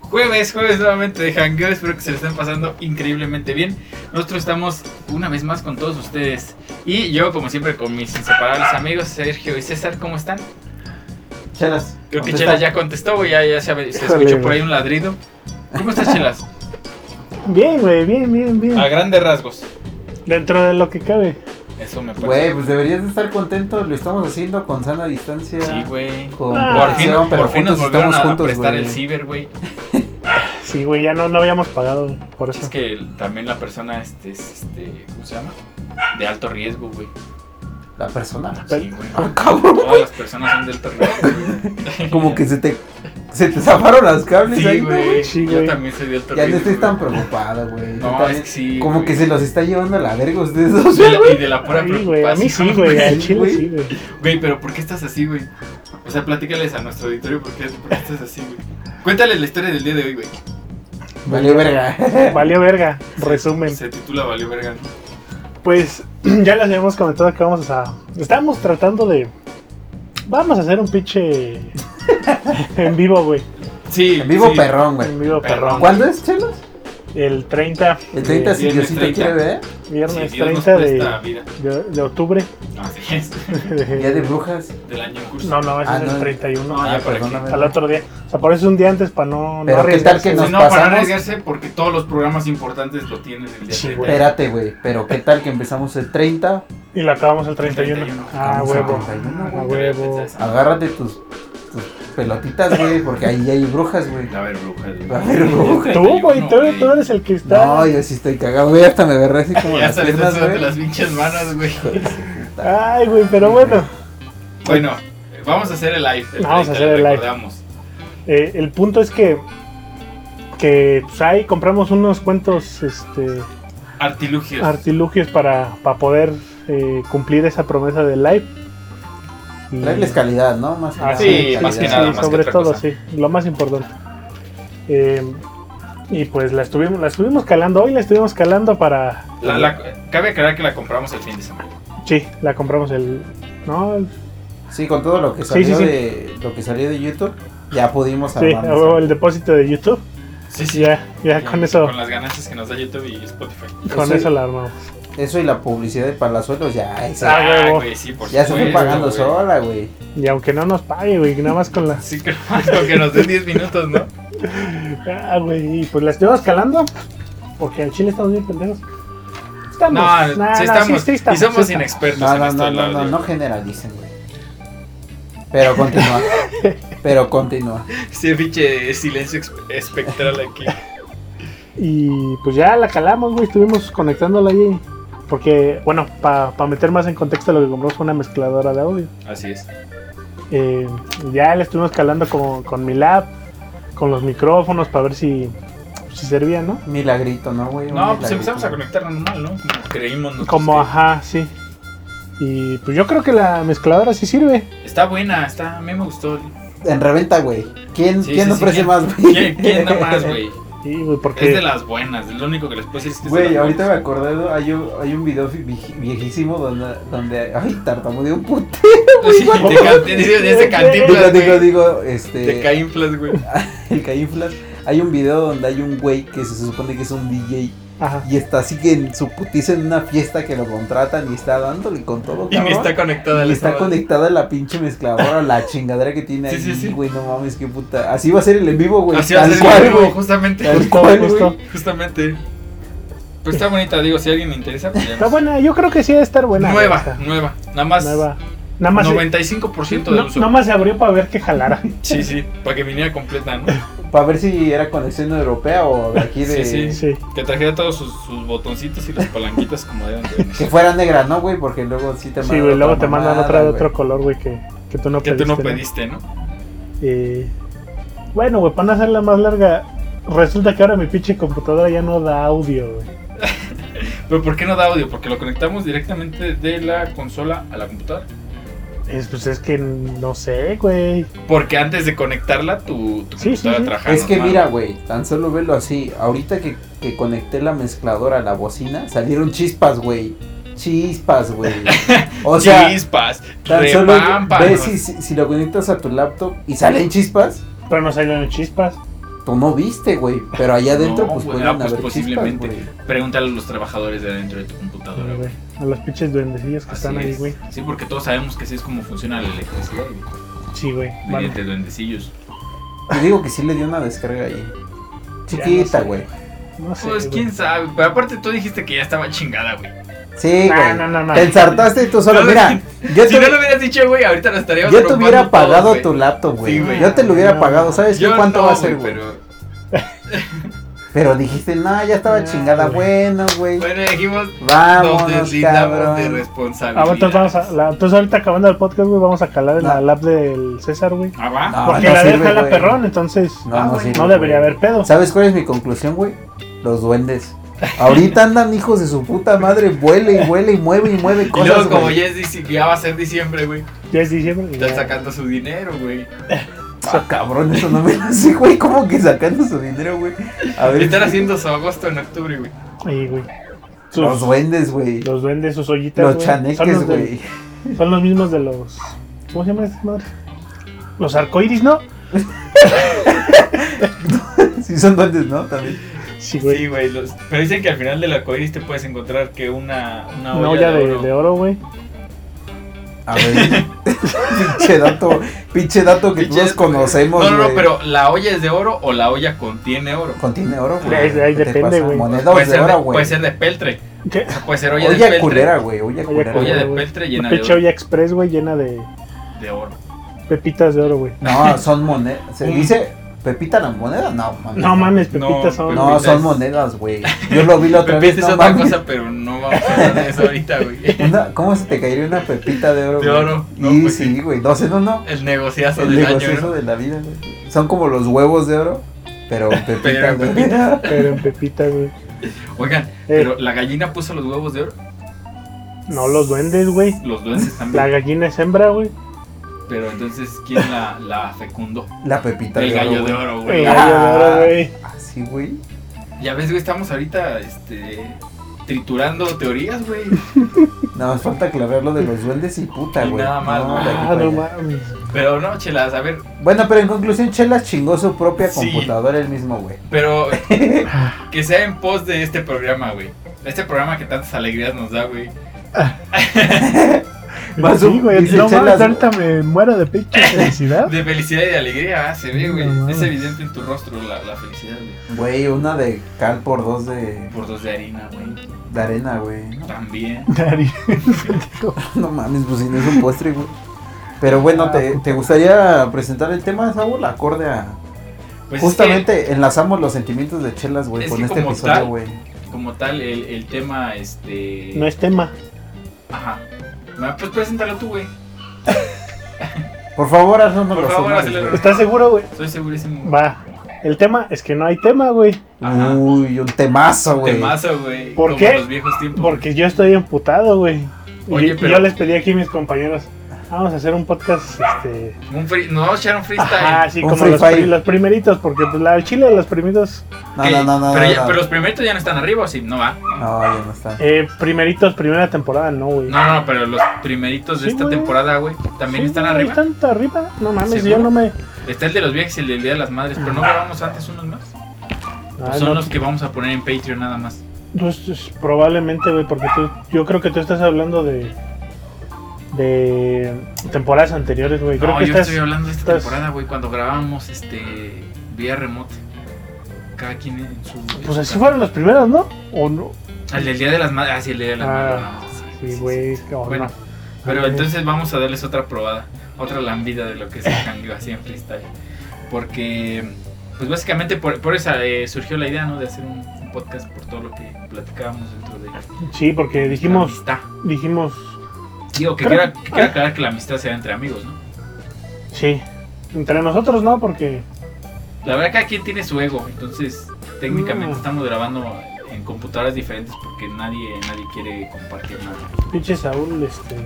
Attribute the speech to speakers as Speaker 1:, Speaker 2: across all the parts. Speaker 1: Jueves, jueves nuevamente de Hangeo. Espero que se lo estén pasando increíblemente bien. Nosotros estamos una vez más con todos ustedes. Y yo, como siempre, con mis inseparables amigos Sergio y César, ¿cómo están?
Speaker 2: Chelas. Pues
Speaker 1: Creo que
Speaker 2: contesta.
Speaker 1: Chelas ya contestó, güey. Ya, ya se, se
Speaker 3: Híjole,
Speaker 1: escuchó por
Speaker 3: güey.
Speaker 1: ahí un ladrido. ¿Cómo estás, Chelas?
Speaker 3: Bien, güey, bien, bien, bien.
Speaker 1: A grandes rasgos.
Speaker 3: Dentro de lo que cabe.
Speaker 1: Eso me
Speaker 2: Güey,
Speaker 1: parece.
Speaker 2: pues deberías de estar contento. Lo estamos haciendo con sana distancia.
Speaker 1: sí, güey.
Speaker 2: Con
Speaker 3: Ah.
Speaker 1: Por fin,
Speaker 2: protección, pero
Speaker 1: por fin nos
Speaker 2: juntos
Speaker 1: volvieron a
Speaker 2: estamos juntos,
Speaker 1: prestar
Speaker 2: güey.
Speaker 1: el ciber, güey.
Speaker 3: Sí, güey, ya no, no habíamos pagado por
Speaker 1: Es
Speaker 3: eso.
Speaker 1: que el- también la persona, este, es, este, ¿cómo se llama? De alto riesgo, güey.
Speaker 2: La persona.
Speaker 1: Sí, güey.
Speaker 2: Ah, cabrón.
Speaker 1: Todas las personas son de alto riesgo, güey.
Speaker 2: Como que se te, se te zafaron las cables
Speaker 1: Sí,
Speaker 2: ahí, ¿no,
Speaker 1: güey.
Speaker 3: Sí,
Speaker 1: yo
Speaker 3: güey.
Speaker 1: también soy de alto
Speaker 2: Ya no
Speaker 1: riesgo,
Speaker 2: estoy
Speaker 1: güey.
Speaker 2: tan preocupada, güey. Yo
Speaker 1: No,
Speaker 2: también-
Speaker 1: es que sí,
Speaker 2: Como
Speaker 1: güey.
Speaker 2: que se los está llevando a la verga ustedes dos.
Speaker 1: De la- y de la pura
Speaker 3: Sí, güey, a mí sí,
Speaker 1: preocupación,
Speaker 3: güey, al chile
Speaker 2: güey.
Speaker 3: sí, güey.
Speaker 1: Güey, pero ¿por qué estás así, güey? O sea, platícales a nuestro auditorio por qué, por qué estás así, güey. Cuéntales la historia del día de hoy, güey.
Speaker 2: Vale, verga.
Speaker 3: Valió verga, resumen.
Speaker 1: Se titula Valió Verga. ¿no?
Speaker 3: Pues ya les habíamos comentado que vamos a... Estábamos tratando de... Vamos a hacer un pinche... en vivo, güey.
Speaker 1: Sí.
Speaker 2: En vivo
Speaker 1: sí.
Speaker 2: perrón, güey.
Speaker 3: En vivo,
Speaker 1: Perrón.
Speaker 3: perrón.
Speaker 2: ¿Cuándo es, chelos?
Speaker 3: El 30...
Speaker 2: El 30,
Speaker 3: de-
Speaker 2: si
Speaker 1: viernes
Speaker 2: Diosito
Speaker 1: 30.
Speaker 2: quiere ver.
Speaker 1: Eh, Sí,
Speaker 3: Viernes
Speaker 1: Dios nos
Speaker 3: 30
Speaker 1: presta
Speaker 3: de,
Speaker 1: vida.
Speaker 3: de, de octubre.
Speaker 1: Así es.
Speaker 2: Día de brujas.
Speaker 1: Del año en curso.
Speaker 3: No, no, ese
Speaker 2: Ah,
Speaker 3: es
Speaker 2: no.
Speaker 3: el 31.
Speaker 1: No, ya para
Speaker 2: perdóname.
Speaker 3: al otro día. O sea, por eso es un día antes para no, no
Speaker 2: Pero ¿qué tal que
Speaker 3: arriesgarse,
Speaker 1: Sí,
Speaker 2: nos
Speaker 1: no, para
Speaker 2: pasamos?
Speaker 1: arriesgarse porque todos los programas importantes lo tienen el día
Speaker 3: Sí,
Speaker 1: de
Speaker 3: güey.
Speaker 2: Espérate, güey. Pero ¿qué tal que empezamos el 30?
Speaker 3: Y lo acabamos el 31.
Speaker 1: 31.
Speaker 3: Ah,
Speaker 2: Acabamos el
Speaker 3: huevo.
Speaker 2: 31,
Speaker 3: Ah,
Speaker 1: güey.
Speaker 3: huevo.
Speaker 2: Agárrate tus, tus pelotitas, güey, porque ahí hay brujas, güey.
Speaker 1: A ver, brujas. güey.
Speaker 2: A ver, brujas.
Speaker 3: Tú, güey, tú,
Speaker 1: 31,
Speaker 3: tú eres el que está.
Speaker 2: No, yo sí estoy cagado, güey. Hasta me agarré así como
Speaker 1: Ya
Speaker 2: las
Speaker 1: hasta le estás
Speaker 2: piernas,
Speaker 1: sudando
Speaker 2: güey.
Speaker 1: las pinches manos, güey.
Speaker 3: Ay, güey, pero bueno.
Speaker 1: Bueno, eh, vamos a hacer el live. el
Speaker 3: Vamos
Speaker 1: 30,
Speaker 3: a hacer el live.
Speaker 1: recordamos.
Speaker 3: eh, el punto es que. Que pues, ahí compramos unos cuantos este,
Speaker 1: Artilugios.
Speaker 3: artilugios para, para poder eh, cumplir esa promesa del live. Y-
Speaker 2: Traerles calidad, ¿no? Más que
Speaker 3: Ah,
Speaker 2: nada.
Speaker 1: sí, más que
Speaker 2: calidad.
Speaker 1: nada, más que
Speaker 3: sobre
Speaker 1: otra
Speaker 3: todo,
Speaker 1: cosa.
Speaker 3: sí, lo más importante. Eh, y pues la estuvimos, la estuvimos calando, hoy la estuvimos calando para...
Speaker 1: La- la- cabe aclarar que la compramos el fin de semana.
Speaker 3: Sí, la compramos el... No, el-
Speaker 2: Sí, con todo lo que
Speaker 3: Sí,
Speaker 2: salió
Speaker 3: sí, sí.
Speaker 2: de lo que salió de YouTube, ya pudimos
Speaker 3: sí,
Speaker 2: armarnos.
Speaker 3: o el depósito de YouTube.
Speaker 1: Sí,
Speaker 3: Ya, ya con eso,
Speaker 1: Con las ganancias que nos da YouTube y Spotify.
Speaker 3: con
Speaker 2: Eso-
Speaker 3: eso la armamos.
Speaker 2: Eso y la publicidad de Palazuelos, ya, esa-
Speaker 3: Ah, huevo.
Speaker 1: güey, sí, por
Speaker 2: ya se fue
Speaker 1: supuesto,
Speaker 2: pagando
Speaker 1: güey.
Speaker 2: sola, güey.
Speaker 3: Y aunque no nos pague, güey, nada más con las...
Speaker 1: Sí, creo con que nos den 10 minutos, ¿no?
Speaker 3: Ah, güey, y pues la estuvimos calando. Porque al chile estamos bien pendejos. Estamos.
Speaker 1: No,
Speaker 3: nah, nah,
Speaker 1: sí, estamos,
Speaker 3: sí
Speaker 1: Y somos
Speaker 3: sí estamos.
Speaker 1: inexpertos
Speaker 2: No,
Speaker 1: en
Speaker 2: no,
Speaker 1: esto
Speaker 2: no,
Speaker 1: del
Speaker 2: no,
Speaker 1: audio,
Speaker 2: no, no
Speaker 1: güey.
Speaker 2: generalicen, güey. Pero continúa. Pero continúa.
Speaker 1: Sí, pinche silencio ex- espectral aquí.
Speaker 3: Y pues ya la calamos, güey, estuvimos conectándola ahí. Porque, bueno, para meter más en contexto, lo que compramos fue una mezcladora de audio.
Speaker 1: Así es.
Speaker 3: Eh, ya la estuvimos calando con, con mi lab, con los micrófonos, para ver si, si servía, ¿no?
Speaker 2: Milagrito, ¿no, güey? Un
Speaker 1: No, pues
Speaker 2: milagrito.
Speaker 1: empezamos a conectar normal, ¿no? Como creímos nosotros
Speaker 3: Como,
Speaker 1: que-
Speaker 3: ajá, sí. Y pues yo creo que la mezcladora sí sirve.
Speaker 1: Está buena, está, a mí me gustó.
Speaker 2: En reventa, güey. ¿Quién,
Speaker 1: Sí,
Speaker 2: ¿quién
Speaker 1: sí, sí,
Speaker 2: ofrece
Speaker 1: ¿quién-
Speaker 2: más, güey?
Speaker 1: ¿Quién, quién da más, güey?
Speaker 3: Sí, güey,
Speaker 1: Es de
Speaker 3: pues, porque
Speaker 1: las buenas, lo único que les puedo decir es que es de
Speaker 2: Güey,
Speaker 1: las
Speaker 2: ahorita me
Speaker 1: buenas.
Speaker 2: acordé, ¿no? hay un, hay un video vi- vi- viejísimo donde, donde ay, tartamudeo un puto.
Speaker 1: Sí, te ca- te dice de ese
Speaker 2: Digo,
Speaker 1: cantinflas,
Speaker 2: digo,
Speaker 1: güey.
Speaker 2: digo,
Speaker 1: De
Speaker 2: este,
Speaker 1: Cainflas, güey.
Speaker 2: el Caínflas. Hay un video donde hay un güey que se supone que es un DJ
Speaker 3: ajá,
Speaker 2: y está así que en su putiza en una fiesta que lo contratan y está dándole con todo,
Speaker 1: Y
Speaker 2: cabrón.
Speaker 1: ni está conectada
Speaker 2: Y
Speaker 1: la
Speaker 2: está
Speaker 1: estaba-
Speaker 2: conectada la pinche mezcladora, la chingadera que tiene
Speaker 1: Sí,
Speaker 2: ahí,
Speaker 1: sí, sí.
Speaker 2: güey, no mames, qué puta. Así va a ser el en vivo, güey.
Speaker 1: Así va a
Speaker 2: tal
Speaker 1: ser,
Speaker 2: cual,
Speaker 1: güey,
Speaker 2: güey.
Speaker 1: justamente.
Speaker 2: Tal
Speaker 3: Justo,
Speaker 2: cual,
Speaker 3: justo.
Speaker 2: güey.
Speaker 1: Justamente. Pues está bonita, digo, si a alguien le interesa, pues ya
Speaker 3: está
Speaker 1: nos-
Speaker 3: buena, yo creo que sí debe estar buena. güey,
Speaker 1: Nueva,
Speaker 3: esta.
Speaker 1: nueva. Nada más
Speaker 3: Nueva. Nada más, eh,
Speaker 1: 95% de
Speaker 3: no-
Speaker 1: uso.
Speaker 3: nada más se abrió para ver que jalara.
Speaker 1: Sí, sí, para que viniera completa, ¿no?
Speaker 2: Para ver si era conexión europea o de aquí de.
Speaker 1: Sí,
Speaker 3: Sí.
Speaker 1: Que trajera todos sus, sus botoncitos y las palanquitas como deben de venir.
Speaker 2: Que fuera negra, ¿no, güey? Porque luego sí te mandan.
Speaker 3: Sí, güey, luego te mandan
Speaker 2: mamada,
Speaker 3: otra de
Speaker 2: güey.
Speaker 3: otro color, güey, que, que tú no
Speaker 1: Que tú no
Speaker 3: pediste, ¿no?
Speaker 1: pediste, ¿no?
Speaker 3: Eh, bueno, güey, para no hacerla más larga, resulta que ahora mi pinche computadora ya no da audio, güey.
Speaker 1: Pero ¿por qué no da audio? Porque lo conectamos directamente de la consola a la computadora.
Speaker 3: Es, pues es que no sé, güey.
Speaker 1: Porque antes de conectarla, tu, tu
Speaker 3: Sí, sí,
Speaker 1: computadora
Speaker 3: sí.
Speaker 1: trabajaba
Speaker 2: Es que
Speaker 1: Ah, normal.
Speaker 2: mira, güey, tan solo velo así. Ahorita que, que conecté la mezcladora a la bocina, salieron chispas, güey. Chispas, güey. O sea,
Speaker 1: Chispas,
Speaker 2: tan solo
Speaker 1: repámpanos.
Speaker 2: ves si, si, si lo conectas a tu laptop y salen chispas.
Speaker 3: Pero no salieron chispas.
Speaker 2: Tú no viste, güey. Pero allá adentro,
Speaker 1: No,
Speaker 2: pues
Speaker 1: güey,
Speaker 2: pueden
Speaker 1: ah, pues
Speaker 2: haber chispas,
Speaker 1: posiblemente.
Speaker 2: güey.
Speaker 1: Pregúntale a los trabajadores de adentro de tu computadora, güey.
Speaker 3: A los pinches duendecillos que
Speaker 1: Así
Speaker 3: están ahí,
Speaker 1: es.
Speaker 3: güey.
Speaker 1: Sí, porque todos sabemos que así es como funciona la electricidad, güey.
Speaker 3: Sí, güey. Vale.
Speaker 1: Mediante duendecillos.
Speaker 2: Te digo que sí le dio una descarga ahí. Chiquita,
Speaker 3: sé.
Speaker 2: güey.
Speaker 3: No sé.
Speaker 1: Pues
Speaker 3: güey.
Speaker 1: quién sabe, pero aparte tú dijiste que ya estaba chingada, güey.
Speaker 2: Sí,
Speaker 3: No,
Speaker 2: güey.
Speaker 3: Ah, no, no, no.
Speaker 2: Te ensartaste tú solo.
Speaker 1: No,
Speaker 2: Mira, yo
Speaker 1: Si
Speaker 2: te,
Speaker 1: no lo hubieras dicho, güey, ahorita nos estaríamos
Speaker 2: yo te
Speaker 1: preocupando
Speaker 2: hubiera
Speaker 1: todos,
Speaker 2: pagado
Speaker 1: güey.
Speaker 2: tu laptop, güey.
Speaker 1: Sí, güey.
Speaker 2: yo te lo hubiera
Speaker 3: No,
Speaker 2: pagado. ¿Sabes qué?
Speaker 1: Yo
Speaker 2: ¿Cuánto
Speaker 1: no,
Speaker 2: va a ser, güey?
Speaker 1: güey?
Speaker 2: Pero...
Speaker 1: Pero
Speaker 2: dijiste, no, ya estaba
Speaker 3: No,
Speaker 2: chingada.
Speaker 3: güey.
Speaker 2: Bueno, güey.
Speaker 1: bueno, dijimos, nos
Speaker 2: Vámonos,
Speaker 1: deslindamos de
Speaker 2: cabrón.
Speaker 1: responsabilidad.
Speaker 3: Ah, bueno, entonces, vamos a, la- entonces ahorita acabando el podcast, güey, vamos a calar en la lab del César, güey.
Speaker 1: Ah, va.
Speaker 2: No,
Speaker 3: Porque
Speaker 2: no
Speaker 3: la
Speaker 2: sirve,
Speaker 3: deja la
Speaker 2: güey.
Speaker 3: perrón, entonces
Speaker 2: No,
Speaker 1: Ah,
Speaker 2: no
Speaker 1: güey.
Speaker 2: sirve,
Speaker 3: no debería
Speaker 2: güey.
Speaker 3: haber pedo.
Speaker 2: ¿Sabes cuál es mi conclusión, güey? Los duendes. Ahorita andan hijos de su puta madre, vuela y vuela y mueve y mueve
Speaker 1: Y luego,
Speaker 2: cosas,
Speaker 1: como
Speaker 2: güey.
Speaker 1: ya, es dici- ya va a ser diciembre, güey,
Speaker 3: Ya es diciembre.
Speaker 1: está
Speaker 3: ya.
Speaker 1: sacando su dinero, güey.
Speaker 2: Ah, cabrón, eso no me lo sé, güey. ¿Cómo que sacando su dinero, güey? A ver.
Speaker 1: Están haciendo su agosto en octubre, güey.
Speaker 3: Ahí, güey. Sus-
Speaker 2: Los
Speaker 3: los,
Speaker 2: duendes, güey.
Speaker 3: duendes, sus ollitas.
Speaker 2: Los
Speaker 3: güey, son
Speaker 2: chaneques,
Speaker 3: los de-
Speaker 2: güey.
Speaker 3: Son los mismos de los. ¿Cómo se llaman estas madres? Los arcoiris, ¿no?
Speaker 2: Sí, son duendes, ¿no? También.
Speaker 1: Sí,
Speaker 3: Sí, güey.
Speaker 1: güey. los- Pero dicen que al final del arcoíris te puedes encontrar que una, una olla,
Speaker 3: una olla
Speaker 1: de,
Speaker 3: de,
Speaker 1: oro.
Speaker 3: de oro, güey.
Speaker 2: A ver. pinche dato, pinche dato que
Speaker 1: Pinche-
Speaker 2: todos conocemos,
Speaker 1: No,
Speaker 2: güey.
Speaker 1: no, no, pero ¿la olla es de oro o la olla contiene oro?
Speaker 2: Contiene oro, güey.
Speaker 3: Ahí- Pues, ahí
Speaker 2: ¿Qué te
Speaker 3: depende,
Speaker 2: pasa?
Speaker 3: güey.
Speaker 2: Monedas
Speaker 1: Puede
Speaker 2: de
Speaker 1: ser de,
Speaker 2: oro, güey.
Speaker 1: puede ser de peltre.
Speaker 3: ¿Qué?
Speaker 1: O sea, puede ser olla, de
Speaker 2: Olla
Speaker 1: peltre.
Speaker 2: culera, güey. Olla culera.
Speaker 1: Olla de
Speaker 3: güey.
Speaker 1: peltre llena
Speaker 3: Una
Speaker 1: de
Speaker 3: pinche
Speaker 1: oro.
Speaker 3: olla express, güey, llena de
Speaker 1: De oro.
Speaker 3: pepitas de oro, güey.
Speaker 2: No, son monedas. ¿Se
Speaker 1: Un-
Speaker 2: dice Pepita la moneda? No, mames.
Speaker 3: Mm. No mames,
Speaker 1: No,
Speaker 3: pepitas son.
Speaker 2: No,
Speaker 1: Pepita
Speaker 2: son
Speaker 1: es-
Speaker 2: monedas, güey. Yo lo vi la otra vez.
Speaker 1: Pepita es
Speaker 2: No,
Speaker 1: otra
Speaker 2: mames.
Speaker 1: cosa, pero no vamos a hablar de eso ahorita, güey.
Speaker 2: Una- ¿Cómo se te caería una pepita de oro?
Speaker 1: De
Speaker 2: güey?
Speaker 1: oro, no,
Speaker 2: y
Speaker 1: pues
Speaker 2: sí, güey. No sé, no, no.
Speaker 1: El negociazo
Speaker 2: El
Speaker 1: del año,
Speaker 2: negocio
Speaker 1: ¿no?
Speaker 2: de la vida, güey. Son como los huevos de oro, pero pepitas
Speaker 1: Pero
Speaker 2: de oro.
Speaker 1: pepitas.
Speaker 3: Pero en pepitas, güey. Eh,
Speaker 1: Oigan,
Speaker 2: Eh.
Speaker 1: pero la gallina puso los huevos de oro.
Speaker 3: No los duendes, güey.
Speaker 1: Los duendes
Speaker 3: La
Speaker 1: también.
Speaker 3: gallina es hembra, güey.
Speaker 1: Pero entonces, ¿quién la, la fecundó?
Speaker 2: La pepita
Speaker 1: El
Speaker 2: de oro.
Speaker 1: gallo de
Speaker 2: güey.
Speaker 1: oro, güey.
Speaker 3: El
Speaker 2: Ah.
Speaker 3: gallo de oro, güey.
Speaker 2: Ah, sí, güey.
Speaker 1: Ya ves, güey, estamos ahorita, este. Triturando teorías, güey.
Speaker 2: Nada más falta aclarar lo de los duendes y puta,
Speaker 1: Y
Speaker 2: güey.
Speaker 1: nada más, ¿no?
Speaker 2: de aquí
Speaker 3: Ah,
Speaker 2: para
Speaker 3: no
Speaker 2: allá.
Speaker 3: mames.
Speaker 1: Pero no, chelas, a ver.
Speaker 2: Bueno, pero en conclusión, Chela chingó su propia
Speaker 1: Sí.
Speaker 2: computadora él mismo, güey.
Speaker 1: Pero que sea en pos de este programa, güey. Este programa que tantas alegrías nos da, güey.
Speaker 2: Más
Speaker 3: sí,
Speaker 2: un-
Speaker 3: güey.
Speaker 2: dice
Speaker 3: No mames,
Speaker 2: chelas,
Speaker 3: ahorita me muero de pinche felicidad.
Speaker 1: De felicidad y de alegría, ¿ah? se ve, güey.
Speaker 3: No mames.
Speaker 1: es evidente en tu rostro la, la felicidad, güey.
Speaker 2: Güey, una de cal por dos de,
Speaker 1: Por dos de harina, güey.
Speaker 2: de arena, güey. No,
Speaker 1: También.
Speaker 3: Dari.
Speaker 2: no mames, pues si no es un postre, güey. Pero bueno, ¿te,
Speaker 3: Ah,
Speaker 2: te gustaría presentar el tema, Saúl? Acorde a...
Speaker 1: Pues es
Speaker 2: Justamente enlazamos los sentimientos de Chelas, güey,
Speaker 1: Es
Speaker 2: con
Speaker 1: que
Speaker 2: este
Speaker 1: como
Speaker 2: episodio,
Speaker 1: tal-
Speaker 2: güey.
Speaker 1: que, como tal, el, el tema, este.
Speaker 3: No es tema.
Speaker 1: Ajá. No, Pues preséntalo tú, güey.
Speaker 2: Por favor, haznos
Speaker 1: Por
Speaker 2: los
Speaker 1: favor,
Speaker 2: honores,
Speaker 1: hazle-
Speaker 2: güey.
Speaker 3: ¿Estás seguro, güey?
Speaker 1: Estoy segurísimo.
Speaker 3: Va. El tema es que no hay tema, güey.
Speaker 1: Ajá.
Speaker 2: Uy, un temazo, güey.
Speaker 1: Temazo, güey.
Speaker 3: ¿Por
Speaker 1: como
Speaker 3: qué?
Speaker 1: los viejos tiempos.
Speaker 3: Porque yo estoy emputado, güey. Y-
Speaker 1: Oye,
Speaker 3: y
Speaker 1: pero-
Speaker 3: yo les pedí aquí a mis compañeros, vamos a hacer un podcast, este...
Speaker 1: Un free- Nos vamos a echar un freestyle.
Speaker 3: Ajá, sí,
Speaker 2: Un
Speaker 3: como
Speaker 2: Free
Speaker 3: los,
Speaker 2: Fire.
Speaker 3: pri- los primeritos, porque pues la al chile, los primeritos,
Speaker 2: No,
Speaker 1: Ok,
Speaker 2: no, no, no.
Speaker 1: pero,
Speaker 2: no,
Speaker 1: ya-
Speaker 2: no.
Speaker 1: pero los primeritos ya no están arriba, ¿o sí? No va.
Speaker 2: No, ya no está.
Speaker 3: eh, primeritos, primera temporada, no, güey.
Speaker 1: No, no, pero los primeritos de
Speaker 3: Sí,
Speaker 1: esta
Speaker 3: güey.
Speaker 1: temporada, güey, también
Speaker 3: Sí,
Speaker 1: están
Speaker 3: güey,
Speaker 1: arriba. Pues
Speaker 3: Están arriba, no mames,
Speaker 1: ¿Seguro?
Speaker 3: yo no me...
Speaker 1: Está el de los viajes y el del Día de las Madres, pero no grabamos antes unos más. Pues
Speaker 3: Ah,
Speaker 1: Son
Speaker 3: no,
Speaker 1: los que vamos a poner en Patreon nada más.
Speaker 3: pues, es- probablemente, güey, porque tú, yo creo que tú estás hablando de... De temporadas anteriores, güey. Creo
Speaker 1: No,
Speaker 3: que
Speaker 1: yo
Speaker 3: estás...
Speaker 1: estoy hablando de esta
Speaker 3: estás-
Speaker 1: temporada, güey, cuando grabábamos este vía remota. Cada quien en su.
Speaker 3: Pues así fueron los primeros, ¿no? ¿O no?
Speaker 1: El del Día de las Madres. Ah, sí, el Día de las Madres.
Speaker 3: Ah,
Speaker 1: no, sí, sí,
Speaker 3: Sí,
Speaker 1: sí,
Speaker 3: güey.
Speaker 1: sí.
Speaker 3: o
Speaker 1: Bueno,
Speaker 3: no.
Speaker 1: Pero
Speaker 3: Ok.
Speaker 1: entonces vamos a darles otra probada, otra lambida de lo que se cambió así en freestyle. Porque, pues básicamente por, por esa eh, surgió la idea, ¿no? De hacer un, un podcast por todo lo que platicábamos dentro de la
Speaker 3: Sí, porque dijimos,
Speaker 1: amistad.
Speaker 3: dijimos,
Speaker 1: Digo, que quiero, que quiero aclarar que la amistad sea entre amigos, ¿no?
Speaker 3: sí. Entre nosotros no, porque
Speaker 1: La verdad, cada quien tiene su ego, entonces técnicamente
Speaker 3: Mm.
Speaker 1: estamos grabando en computadoras diferentes porque nadie, nadie quiere compartir nada.
Speaker 3: pinche Saúl, este.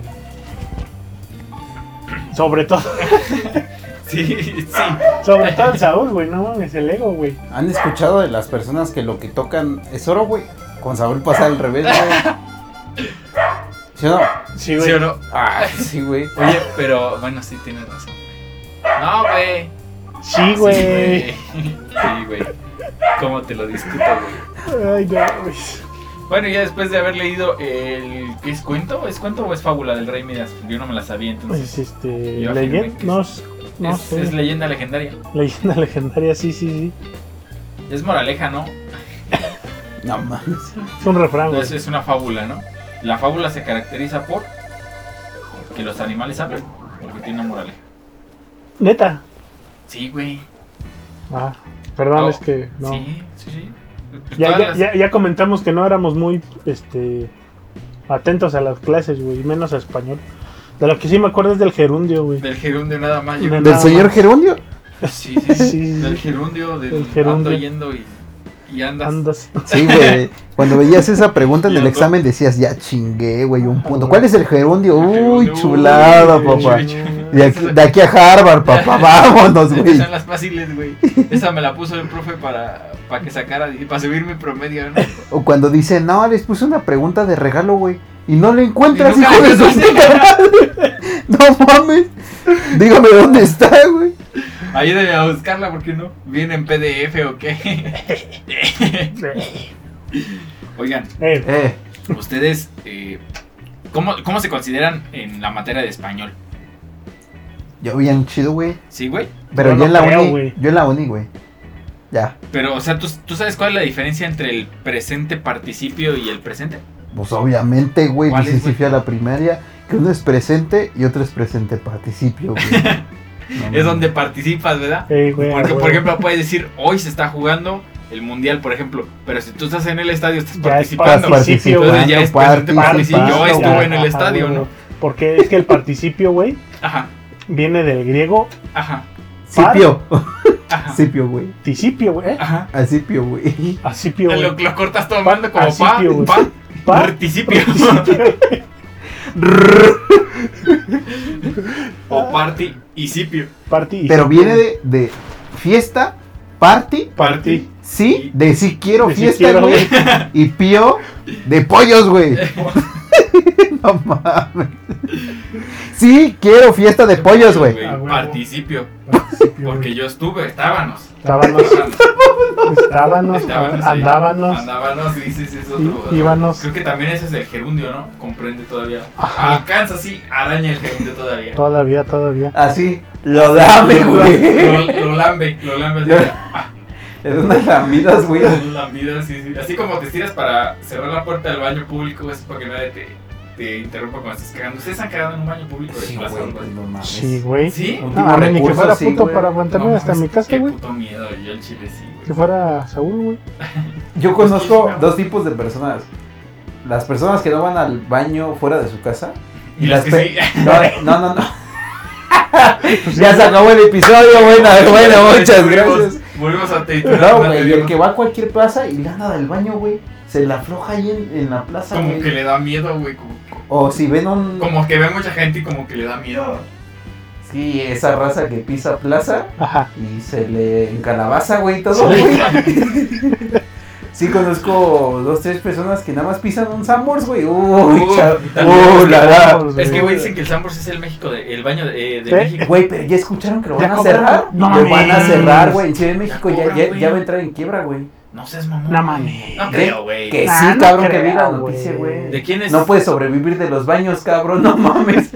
Speaker 3: Sobre todo,
Speaker 1: Sí,
Speaker 3: Ah,
Speaker 1: sí.
Speaker 3: sobre todo el Saúl, güey, no mames, el ego, güey.
Speaker 2: ¿Han escuchado de las personas que lo que tocan es oro, güey? Con Saúl pasa al revés, güey. ¿Sí o no?
Speaker 3: Sí, güey.
Speaker 1: ¿Sí o no?
Speaker 2: Ah, sí, güey.
Speaker 1: Oye, pero bueno, sí tienes razón. No, güey.
Speaker 3: Sí, güey.
Speaker 1: Sí, güey. Sí, Uy, güey. ¿Cómo te lo discuto, güey?
Speaker 3: Ay, no, pues, güey.
Speaker 1: Bueno, ya después de haber leído el. ¿Qué es cuento? ¿Es cuento o es fábula del Rey Midas? Yo no me la sabía entonces.
Speaker 3: Es este.
Speaker 1: Yo afirmé
Speaker 3: Leyenda.
Speaker 1: que
Speaker 3: No,
Speaker 1: es-
Speaker 3: s- no
Speaker 1: es,
Speaker 3: sé.
Speaker 1: es leyenda legendaria.
Speaker 3: Leyenda legendaria, sí, sí, sí.
Speaker 1: Es moraleja, ¿no?
Speaker 3: Ah,
Speaker 2: No mames.
Speaker 3: Es un refrán, güey.
Speaker 1: Entonces es una fábula, ¿no? La fábula se caracteriza por que los animales saben, porque tiene una moraleja.
Speaker 3: Neta.
Speaker 1: Sí, güey.
Speaker 3: Ah, perdón,
Speaker 1: No.
Speaker 3: es que. No.
Speaker 1: Oh, Sí, sí, sí.
Speaker 3: Ya,
Speaker 1: Todas
Speaker 3: ya,
Speaker 1: las-
Speaker 3: ya, ya comentamos que no éramos muy este, atentos a las clases, güey, menos a español. De lo que sí me acuerdo es del gerundio, güey.
Speaker 1: Del gerundio nada más. Yo...
Speaker 3: Del-
Speaker 2: ¿Del señor Gerundio?
Speaker 1: Pues Sí, sí,
Speaker 3: Sí,
Speaker 1: sí,
Speaker 3: sí, sí.
Speaker 1: Del gerundio, del
Speaker 3: Del gerundio.
Speaker 1: ando yendo y, y andas.
Speaker 3: Andas.
Speaker 2: Sí, güey. Cuando veías esa pregunta en
Speaker 1: Y
Speaker 2: el
Speaker 1: otro.
Speaker 2: examen decías, ya chingué, güey, un punto. ¿Cuál es el gerundio?
Speaker 1: El
Speaker 2: Uy,
Speaker 1: gerundio,
Speaker 2: chulada,
Speaker 1: uy,
Speaker 2: papá.
Speaker 1: uy, uy.
Speaker 2: De aquí, de aquí a Harvard, papá, vámonos,
Speaker 1: Esas
Speaker 2: güey.
Speaker 1: son las fáciles, güey. Esa me la puso el profe para, para que sacara, para subir mi promedio, ¿no?
Speaker 2: O cuando dicen, no, les puse una pregunta de regalo, güey. Y no la encuentras,
Speaker 1: Y nunca
Speaker 2: hijo de
Speaker 1: la
Speaker 2: su puta madre. No mames. Dígame dónde está, güey.
Speaker 1: Ayúdame a buscarla porque no viene en PDF o qué. Oigan,
Speaker 3: Eh,
Speaker 2: Eh,
Speaker 1: ustedes, eh, ¿cómo, ¿cómo se consideran en la materia de español?
Speaker 2: yo bien chido, güey.
Speaker 1: ¿Sí, güey?
Speaker 2: Pero yo,
Speaker 3: No lo
Speaker 2: en la
Speaker 3: creo,
Speaker 2: uni,
Speaker 3: güey.
Speaker 2: yo en la uni, güey. Ya.
Speaker 1: Pero, o sea, ¿tú, tú sabes cuál es la diferencia entre el presente participio y el presente?
Speaker 2: Pues obviamente, güey,
Speaker 1: ¿Cuál
Speaker 2: pues
Speaker 1: es,
Speaker 2: sí
Speaker 1: güey?
Speaker 2: fui a la primaria, que uno es presente y otro es presente participio, güey. No,
Speaker 1: Es
Speaker 2: no.
Speaker 1: donde participas, ¿verdad?
Speaker 3: eh, güey,
Speaker 1: Porque,
Speaker 3: güey.
Speaker 1: por ejemplo, puedes decir, hoy se está jugando el mundial, por ejemplo. Pero si tú estás en el estadio, estás
Speaker 3: Ya es
Speaker 1: participando.
Speaker 3: participio,
Speaker 1: Entonces ya es presente participio,
Speaker 2: participando,
Speaker 1: yo estuve
Speaker 2: güey.
Speaker 1: en el
Speaker 3: Ajá,
Speaker 1: estadio,
Speaker 3: güey.
Speaker 1: ¿no?
Speaker 3: Porque es que el participio, güey,
Speaker 1: Ajá,
Speaker 3: viene del griego
Speaker 1: ajá,
Speaker 2: Cipio.
Speaker 1: ajá.
Speaker 2: Cipio, güey.
Speaker 3: ticipio, güey. eh,
Speaker 1: Ajá.
Speaker 2: A Cipio, güey.
Speaker 3: Acipio,
Speaker 1: Lo,
Speaker 3: güey.
Speaker 1: lo cortas tomando como pa,
Speaker 3: Participio, güey.
Speaker 1: pa,
Speaker 3: Pa-
Speaker 1: participio. o party y sipio.
Speaker 3: Parti-
Speaker 2: Pero viene de, de fiesta, party,
Speaker 1: Party.
Speaker 2: sí, de si quiero
Speaker 3: De sí
Speaker 2: fiesta,
Speaker 3: quiero,
Speaker 2: güey. Y pío de pollos, güey. No mames. Sí, quiero fiesta de pollos, güey.
Speaker 3: Ah, güey.
Speaker 1: Participio.
Speaker 3: Participio, güey.
Speaker 1: Porque yo estuve, estábamos.
Speaker 3: Estábanos, estábanos,
Speaker 1: Estábamos ahí.
Speaker 3: andábanos.
Speaker 1: Andábanos, dices eso.
Speaker 3: Sí, íbanos.
Speaker 1: Creo que también ese es el gerundio, ¿no? Comprende todavía.
Speaker 3: Ajá.
Speaker 1: Alcanza, sí, araña el gerundio todavía.
Speaker 3: Todavía, todavía.
Speaker 2: Así, lo
Speaker 1: Lo- Lo, lo lambe, lo lambe. así,
Speaker 2: Yo-
Speaker 1: ah,
Speaker 2: Es unas lamidas, güey.
Speaker 1: lo lambida, sí, sí. Así como te estiras para cerrar la puerta del baño público, es para que nadie te, te interrumpa cuando estás cagando. Ustedes han cagado en un baño público de
Speaker 2: Sí,
Speaker 1: plaza,
Speaker 2: güey,
Speaker 1: ¿no?
Speaker 2: pues no mames.
Speaker 3: Sí, güey.
Speaker 1: ¿Sí?
Speaker 2: No,
Speaker 3: No, mames, ni que
Speaker 2: recursos,
Speaker 3: fuera
Speaker 2: sí,
Speaker 3: puto
Speaker 2: güey.
Speaker 3: para aguantarme
Speaker 1: No,
Speaker 3: hasta
Speaker 1: mames,
Speaker 3: mi casa,
Speaker 1: qué
Speaker 3: güey.
Speaker 1: puto miedo, yo el chile sí, güey.
Speaker 3: Que fuera Saúl, güey.
Speaker 2: Yo conozco dos tipos de personas. Las personas que no van al baño fuera de su casa.
Speaker 1: Y las que
Speaker 2: pe-
Speaker 1: sí.
Speaker 2: No, no, no. no. ya se acabó el episodio. Bueno, bueno, muchas
Speaker 1: Volvemos-
Speaker 2: gracias.
Speaker 1: Volvemos a titular.
Speaker 2: No,
Speaker 1: dale,
Speaker 2: güey, y el
Speaker 1: Diego.
Speaker 2: que va a cualquier plaza y le anda del baño, güey, se la afloja ahí en, en la plaza,
Speaker 1: Como que
Speaker 2: güey.
Speaker 1: le da miedo, güey. Como,
Speaker 2: O si ven un...
Speaker 1: como que ve mucha gente y como que le da miedo.
Speaker 2: Sí, esa raza que pisa plaza
Speaker 3: Ajá.
Speaker 2: y se le encalabaza, güey, todo,
Speaker 3: Sí.
Speaker 2: güey. Sí, conozco dos, tres personas que nada más pisan un Sambors, güey. Uy,
Speaker 1: Uh,
Speaker 2: cha-
Speaker 1: también
Speaker 2: uh,
Speaker 1: es
Speaker 2: la, la.
Speaker 3: Pues,
Speaker 1: Es que, güey, dicen que el Sambors es el México de- el baño de, eh, de
Speaker 3: ¿Sí?
Speaker 1: México.
Speaker 2: Güey, pero ya escucharon que lo
Speaker 3: Ya
Speaker 2: van a
Speaker 3: cobran,
Speaker 2: cerrar.
Speaker 3: no
Speaker 2: lo van a
Speaker 3: mames.
Speaker 2: cerrar, güey. En Ciudad de México ya,
Speaker 1: cobran,
Speaker 2: ya,
Speaker 1: güey.
Speaker 2: ya va a entrar en quiebra, güey.
Speaker 1: No seas mamón.
Speaker 3: No
Speaker 1: güey.
Speaker 3: mames.
Speaker 1: No creo, güey.
Speaker 2: Que
Speaker 3: Ah,
Speaker 2: sí,
Speaker 3: no
Speaker 2: cabrón, que
Speaker 3: creo,
Speaker 2: vi la
Speaker 3: güey.
Speaker 2: noticia, güey.
Speaker 1: ¿De quién es?
Speaker 2: No puedes sobrevivir de los baños, cabrón, no mames.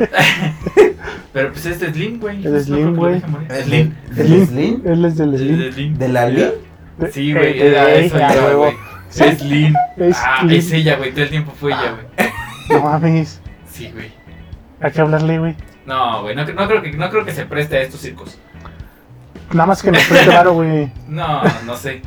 Speaker 1: Pero pues es de Slim, güey.
Speaker 3: Es de
Speaker 1: No
Speaker 3: Slim,
Speaker 1: creo que lo
Speaker 3: güey.
Speaker 1: deje morir.
Speaker 2: ¿Del Slim?
Speaker 3: Él es del
Speaker 1: Es
Speaker 3: Slim.
Speaker 1: de Slim.
Speaker 2: ¿De la Lin?
Speaker 1: Sí,
Speaker 3: Eh,
Speaker 1: güey.
Speaker 3: eh,
Speaker 1: Era
Speaker 3: eh,
Speaker 1: eso,
Speaker 3: a
Speaker 1: era,
Speaker 3: huevo.
Speaker 1: güey. Es Slim.
Speaker 3: Es Ah.
Speaker 1: Ah,
Speaker 3: Slim.
Speaker 1: es ella, güey. Todo el tiempo fue ella, güey.
Speaker 3: No mames.
Speaker 1: Sí, güey.
Speaker 3: Hay que hablarle, güey.
Speaker 1: No, güey. No, no creo que, no creo que se preste a estos circos.
Speaker 3: Nada más que nos preste varo, güey.
Speaker 1: No, no sé.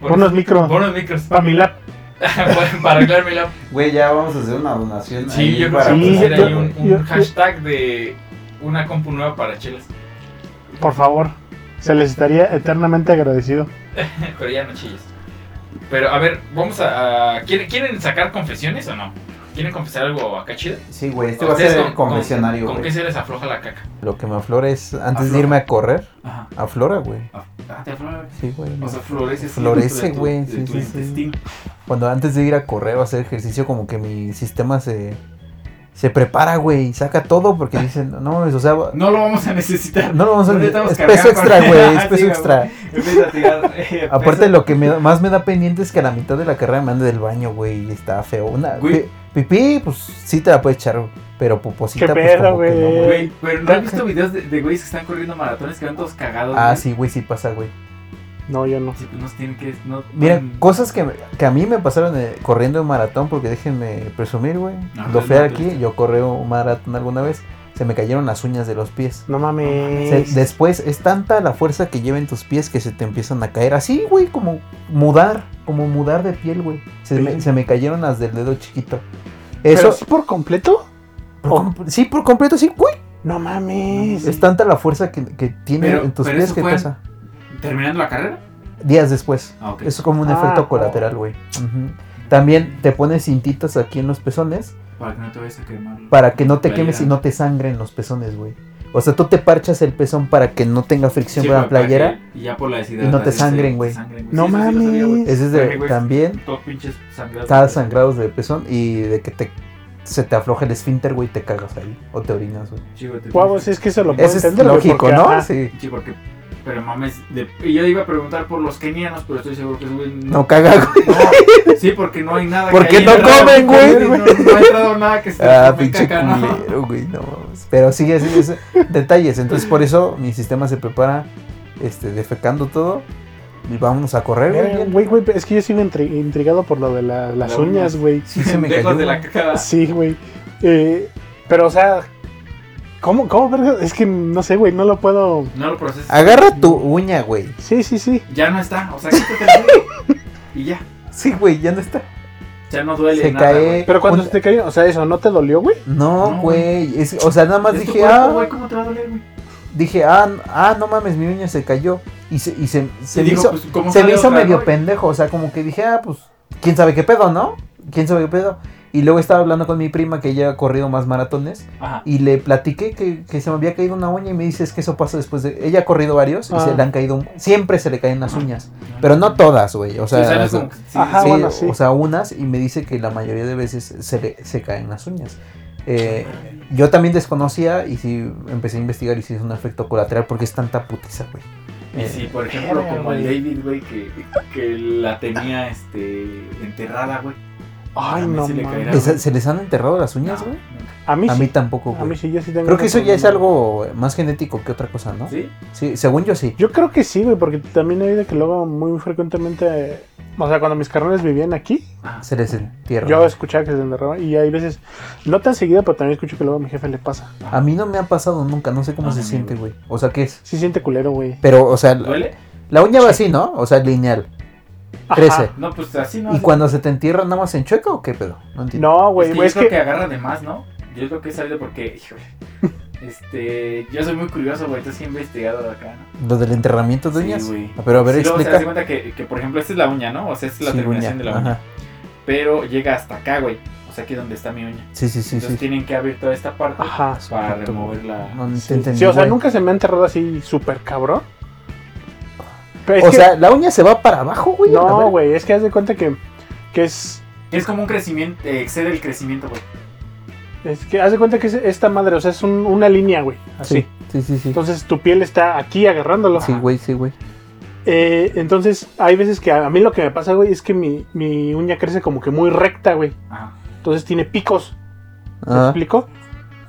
Speaker 1: Por-
Speaker 3: Unos micro.
Speaker 1: por unos micros.
Speaker 3: Para mi lap.
Speaker 1: para, para arreglarme la.
Speaker 2: Güey, ya vamos a hacer una donación.
Speaker 1: Sí,
Speaker 2: ahí
Speaker 1: yo creo
Speaker 2: para
Speaker 1: que
Speaker 3: sí,
Speaker 1: pusiera
Speaker 3: yo-
Speaker 1: ahí un, un
Speaker 3: yo- yo-
Speaker 1: hashtag de una compu nueva para chelas.
Speaker 3: Por favor. Se les estaría eternamente agradecido.
Speaker 1: Pero ya no chilles. Pero a ver, vamos a. a- ¿quieren, ¿Quieren sacar confesiones o no? ¿Quieren confesar algo acá chido?
Speaker 2: Sí, güey, este va a ser el confesionario,
Speaker 1: ¿Con,
Speaker 2: güey.
Speaker 1: qué se les afloja la caca?
Speaker 2: Lo que me aflora es, antes
Speaker 1: Aflora.
Speaker 2: de irme a correr,
Speaker 1: Ajá.
Speaker 2: aflora, güey.
Speaker 1: ¿Te afloja?
Speaker 2: Sí, güey.
Speaker 1: Ah, O sea, florece. sí,
Speaker 2: Florece,
Speaker 1: de tu-
Speaker 2: güey,
Speaker 1: de
Speaker 2: sí,
Speaker 1: tu
Speaker 2: sí, sí.
Speaker 1: intestino.
Speaker 2: Cuando antes de ir a correr o hacer ejercicio, como que mi sistema se, se prepara, güey, y saca todo porque dicen, no mames, o sea, no,
Speaker 1: No lo vamos a necesitar.
Speaker 2: lo vamos a
Speaker 1: No le
Speaker 2: es
Speaker 1: estamos cargando.
Speaker 2: peso extra, güey, es
Speaker 1: Sí,
Speaker 2: peso
Speaker 1: güey.
Speaker 2: extra.
Speaker 1: Empieza a tirar. eh,
Speaker 2: Aparte
Speaker 1: peso.
Speaker 2: lo que me da- más me da pendiente es que a la mitad de la carrera me ande del baño, güey, y está feo. Una
Speaker 1: Güey.
Speaker 2: pi- pipí, pues sí te la puedes echar, pero poposita
Speaker 3: Qué
Speaker 2: pues
Speaker 3: pedo,
Speaker 2: como que no,
Speaker 3: güey.
Speaker 1: Güey, pero ¿no has visto videos de de güeyes que están corriendo maratones que van todos cagados?
Speaker 2: Ah,
Speaker 1: güey?
Speaker 2: sí, güey, sí pasa, güey.
Speaker 3: No, yo no.
Speaker 1: Sí, pues, nos tienen que. No,
Speaker 2: Mira,
Speaker 1: mm,
Speaker 2: cosas que, que a mí me pasaron eh, corriendo un maratón, porque déjenme presumir, güey.
Speaker 1: Ajá,
Speaker 2: Lo fui
Speaker 1: no,
Speaker 2: aquí,
Speaker 1: pues.
Speaker 2: yo corrí un maratón alguna vez, se me cayeron las uñas de los pies.
Speaker 3: No
Speaker 2: Se-
Speaker 3: mames.
Speaker 2: después es tanta la fuerza que lleva en tus pies que se te empiezan a caer así, güey, como mudar, como mudar de piel, güey. Se, me,
Speaker 3: Sí.
Speaker 2: se me cayeron las del dedo chiquito.
Speaker 3: ¿Pero
Speaker 2: Eso,
Speaker 3: sí por completo?
Speaker 2: por com- sí, por completo, sí, güey.
Speaker 3: No mames.
Speaker 2: Es tanta la fuerza que, que tiene
Speaker 1: Pero-
Speaker 2: en tus
Speaker 1: pero
Speaker 2: pies
Speaker 1: eso
Speaker 2: que
Speaker 1: fue-
Speaker 2: pesa.
Speaker 1: ¿Terminando la carrera?
Speaker 2: Días después.
Speaker 1: Ah, ok.
Speaker 2: Es como un
Speaker 3: Ah,
Speaker 2: efecto
Speaker 3: no.
Speaker 2: colateral, güey. Ujú. También te pones cintitas aquí en los pezones
Speaker 1: Para que no te vayas a quemar.
Speaker 2: para que no te
Speaker 1: La
Speaker 2: quemes y
Speaker 1: idea.
Speaker 2: no te sangren los pezones, güey. O sea, tú te parchas el pezón para que no tenga
Speaker 1: Sí,
Speaker 2: fricción
Speaker 1: güey,
Speaker 2: con la
Speaker 1: para
Speaker 2: playera.
Speaker 1: que- Y ya por la
Speaker 2: y
Speaker 1: deshidratación.
Speaker 2: no te sangren,
Speaker 1: te
Speaker 2: güey.
Speaker 1: sangren,
Speaker 3: No
Speaker 1: Sí, eso sí lo sabía, güey.
Speaker 3: mames.
Speaker 2: Ese es de,
Speaker 1: Ay, güey.
Speaker 2: también
Speaker 1: Todos pinches sangrados.
Speaker 2: está sangrados de pezón y de que te se te afloja el esfínter, güey, te cagas ahí o te orinas, güey.
Speaker 1: Sí, güey, te
Speaker 3: Huevos,
Speaker 1: pinches-
Speaker 3: es que se lo puedo
Speaker 2: Eso es
Speaker 3: entender. güey,
Speaker 2: lógico,
Speaker 3: porque,
Speaker 2: ¿no?
Speaker 3: ajá,
Speaker 2: Sí.
Speaker 1: Sí, porque. Pero mames. de- y Yo iba a preguntar por los kenianos, pero estoy seguro que esos güeyes
Speaker 2: No caga, güey.
Speaker 1: No, sí, porque no hay nada.
Speaker 2: ¿Por
Speaker 1: que
Speaker 2: qué
Speaker 1: ahí
Speaker 2: no
Speaker 1: entrara,
Speaker 2: comen, güey?
Speaker 1: No, no ha entrado nada que esté.
Speaker 2: Ah,
Speaker 1: comen
Speaker 2: pinche
Speaker 1: caca, ¿no?
Speaker 2: culero, güey, no. mames. Pero sí, así es. detalles. Entonces, por eso mi sistema se prepara este, defecando todo y vamos a correr, güey.
Speaker 3: Güey, güey, güey, es que yo sigo intri- intrigado por lo de la- las
Speaker 1: La
Speaker 3: uñas, güey.
Speaker 2: Sí, se me
Speaker 1: Lejos
Speaker 2: cayó.
Speaker 1: de la caca.
Speaker 3: Sí, güey. Eh, pero, o sea, ¿cómo, cómo, verga? Es que no sé, güey, no lo puedo.
Speaker 1: No lo procesas.
Speaker 2: Agarra tu uña, güey.
Speaker 3: Sí, sí, sí.
Speaker 1: Ya no está. O sea, quítate el dedo Y ya.
Speaker 2: Sí, güey, ya no está.
Speaker 1: Ya no duele
Speaker 2: Se
Speaker 1: nada.
Speaker 2: cae.
Speaker 1: güey.
Speaker 3: Pero cuando
Speaker 2: Un-
Speaker 3: se te cayó, o sea, eso, ¿no te dolió, güey?
Speaker 2: No,
Speaker 1: No,
Speaker 2: güey. es- o sea, nada más
Speaker 1: Es tu
Speaker 2: dije,
Speaker 1: cuerpo,
Speaker 2: ah,
Speaker 1: güey, ¿Cómo te va a doler, güey?
Speaker 2: dije, ah, n- ah, no mames, mi uña se cayó. Y se, y se, se
Speaker 1: Y
Speaker 2: me
Speaker 1: digo,
Speaker 2: hizo,
Speaker 1: pues, ¿cómo
Speaker 2: se me
Speaker 1: sale
Speaker 2: hizo
Speaker 1: otra,
Speaker 2: medio
Speaker 1: no?
Speaker 2: pendejo. O sea, como que dije, ah, pues, quién sabe qué pedo, ¿no? Quién sabe qué pedo. Y luego estaba hablando con mi prima que ya ha corrido más maratones.
Speaker 1: Ajá.
Speaker 2: Y le platiqué que, que se me había caído una uña. Y me dice, es que eso pasa después de. Ella ha corrido varios y
Speaker 3: Ah.
Speaker 2: se le han caído. un- Siempre se le caen las uñas. Pero no todas, güey. O
Speaker 1: Ah. Sí, o sea, no
Speaker 2: sea,
Speaker 1: es como que- sí,
Speaker 3: Ajá,
Speaker 1: sí.
Speaker 2: sí,
Speaker 3: Ah, bueno, sí.
Speaker 2: o sea, unas, y me dice que la mayoría de veces se, le- se caen las uñas. Eh, yo también desconocía y sí empecé a investigar y sí es un efecto colateral porque es tanta putiza, güey.
Speaker 1: Y
Speaker 2: Eh,
Speaker 1: si, por ejemplo,
Speaker 3: Verga,
Speaker 1: como el
Speaker 3: güey.
Speaker 1: David, güey, que, que la tenía este, enterrada, güey.
Speaker 3: Ay,
Speaker 1: También
Speaker 3: no,
Speaker 1: se le
Speaker 3: mames.
Speaker 1: caerá.
Speaker 2: ¿les- ¿Se les han enterrado las uñas,
Speaker 1: No,
Speaker 2: güey?
Speaker 3: A mí
Speaker 2: A mí
Speaker 3: sí.
Speaker 2: tampoco,
Speaker 3: A mí
Speaker 2: güey.
Speaker 3: sí, yo sí tengo.
Speaker 2: Creo que
Speaker 3: ese
Speaker 2: eso ya es
Speaker 3: problema.
Speaker 2: algo más genético que otra cosa, ¿no?
Speaker 1: ¿Sí?
Speaker 2: Sí, según yo sí.
Speaker 3: Yo creo que sí, güey, porque también he oído que luego muy frecuentemente. eh, O sea, cuando mis carnales vivían aquí,
Speaker 1: Ah,
Speaker 2: Se les entierra.
Speaker 3: yo escuchaba que se enterraban. Y hay veces, no tan seguido, pero también escucho que luego a mi jefe le pasa.
Speaker 2: A mí no me ha pasado nunca, no sé cómo
Speaker 1: Ah,
Speaker 2: se
Speaker 1: no,
Speaker 2: siente, güey. O sea, ¿qué es?
Speaker 3: Sí siente culero, güey.
Speaker 2: Pero, o sea, la,
Speaker 1: ¿Duele?
Speaker 2: la uña va así, ¿no? O sea, lineal.
Speaker 3: Ajá.
Speaker 2: Crece.
Speaker 1: No, pues así no.
Speaker 2: ¿Y
Speaker 1: así-
Speaker 2: cuando se te entierra nada más en chueca o qué pedo? No entiendo.
Speaker 3: No,
Speaker 1: Es
Speaker 3: güey,
Speaker 1: que
Speaker 3: güey,
Speaker 1: yo
Speaker 3: es
Speaker 1: creo que...
Speaker 3: que.
Speaker 1: agarra de más, ¿no? Yo creo que es algo porque, híjole. Este, yo soy muy curioso, güey, entonces sí he investigado acá, ¿no?
Speaker 2: ¿Lo del enterramiento de
Speaker 1: Sí,
Speaker 2: uñas?
Speaker 1: güey.
Speaker 2: Ah, Pero a ver,
Speaker 1: Sí, luego se das
Speaker 2: explica.
Speaker 1: cuenta que, que, por ejemplo, esta es la uña, ¿no? O sea, esta es la
Speaker 2: Sí,
Speaker 1: terminación
Speaker 2: uña,
Speaker 1: de la uña.
Speaker 2: ajá.
Speaker 1: Pero llega hasta acá, güey. O sea, aquí donde está mi uña.
Speaker 2: Sí, sí, sí,
Speaker 1: Entonces
Speaker 2: sí.
Speaker 1: tienen que abrir toda esta parte para
Speaker 3: Ajá.
Speaker 2: Exacto, güey.
Speaker 1: remover la...
Speaker 2: No, no te
Speaker 3: Sí,
Speaker 2: entendí,
Speaker 3: sí, o sea,
Speaker 2: güey.
Speaker 3: nunca se me ha enterrado así súper cabrón. Pero es
Speaker 2: O
Speaker 3: que-
Speaker 2: sea, la uña se va para abajo, güey. a la
Speaker 3: no,
Speaker 2: verga.
Speaker 3: güey, es que haz de cuenta que, que es.
Speaker 1: Es como un crecimiento, eh, excede el crecimiento, güey.
Speaker 3: Es que haz de cuenta que es esta madre, o sea, es un- una línea, güey.
Speaker 2: Ah,
Speaker 3: Así.
Speaker 2: Sí, sí, sí, sí.
Speaker 3: Entonces tu piel está aquí agarrándolo.
Speaker 2: Sí, güey, sí, güey.
Speaker 3: Eh, entonces hay veces que a, a mí lo que me pasa, güey, es que mi, mi uña crece como que muy recta, güey.
Speaker 1: Ajá.
Speaker 3: Entonces tiene picos. ¿Me
Speaker 2: Ah,
Speaker 3: explico?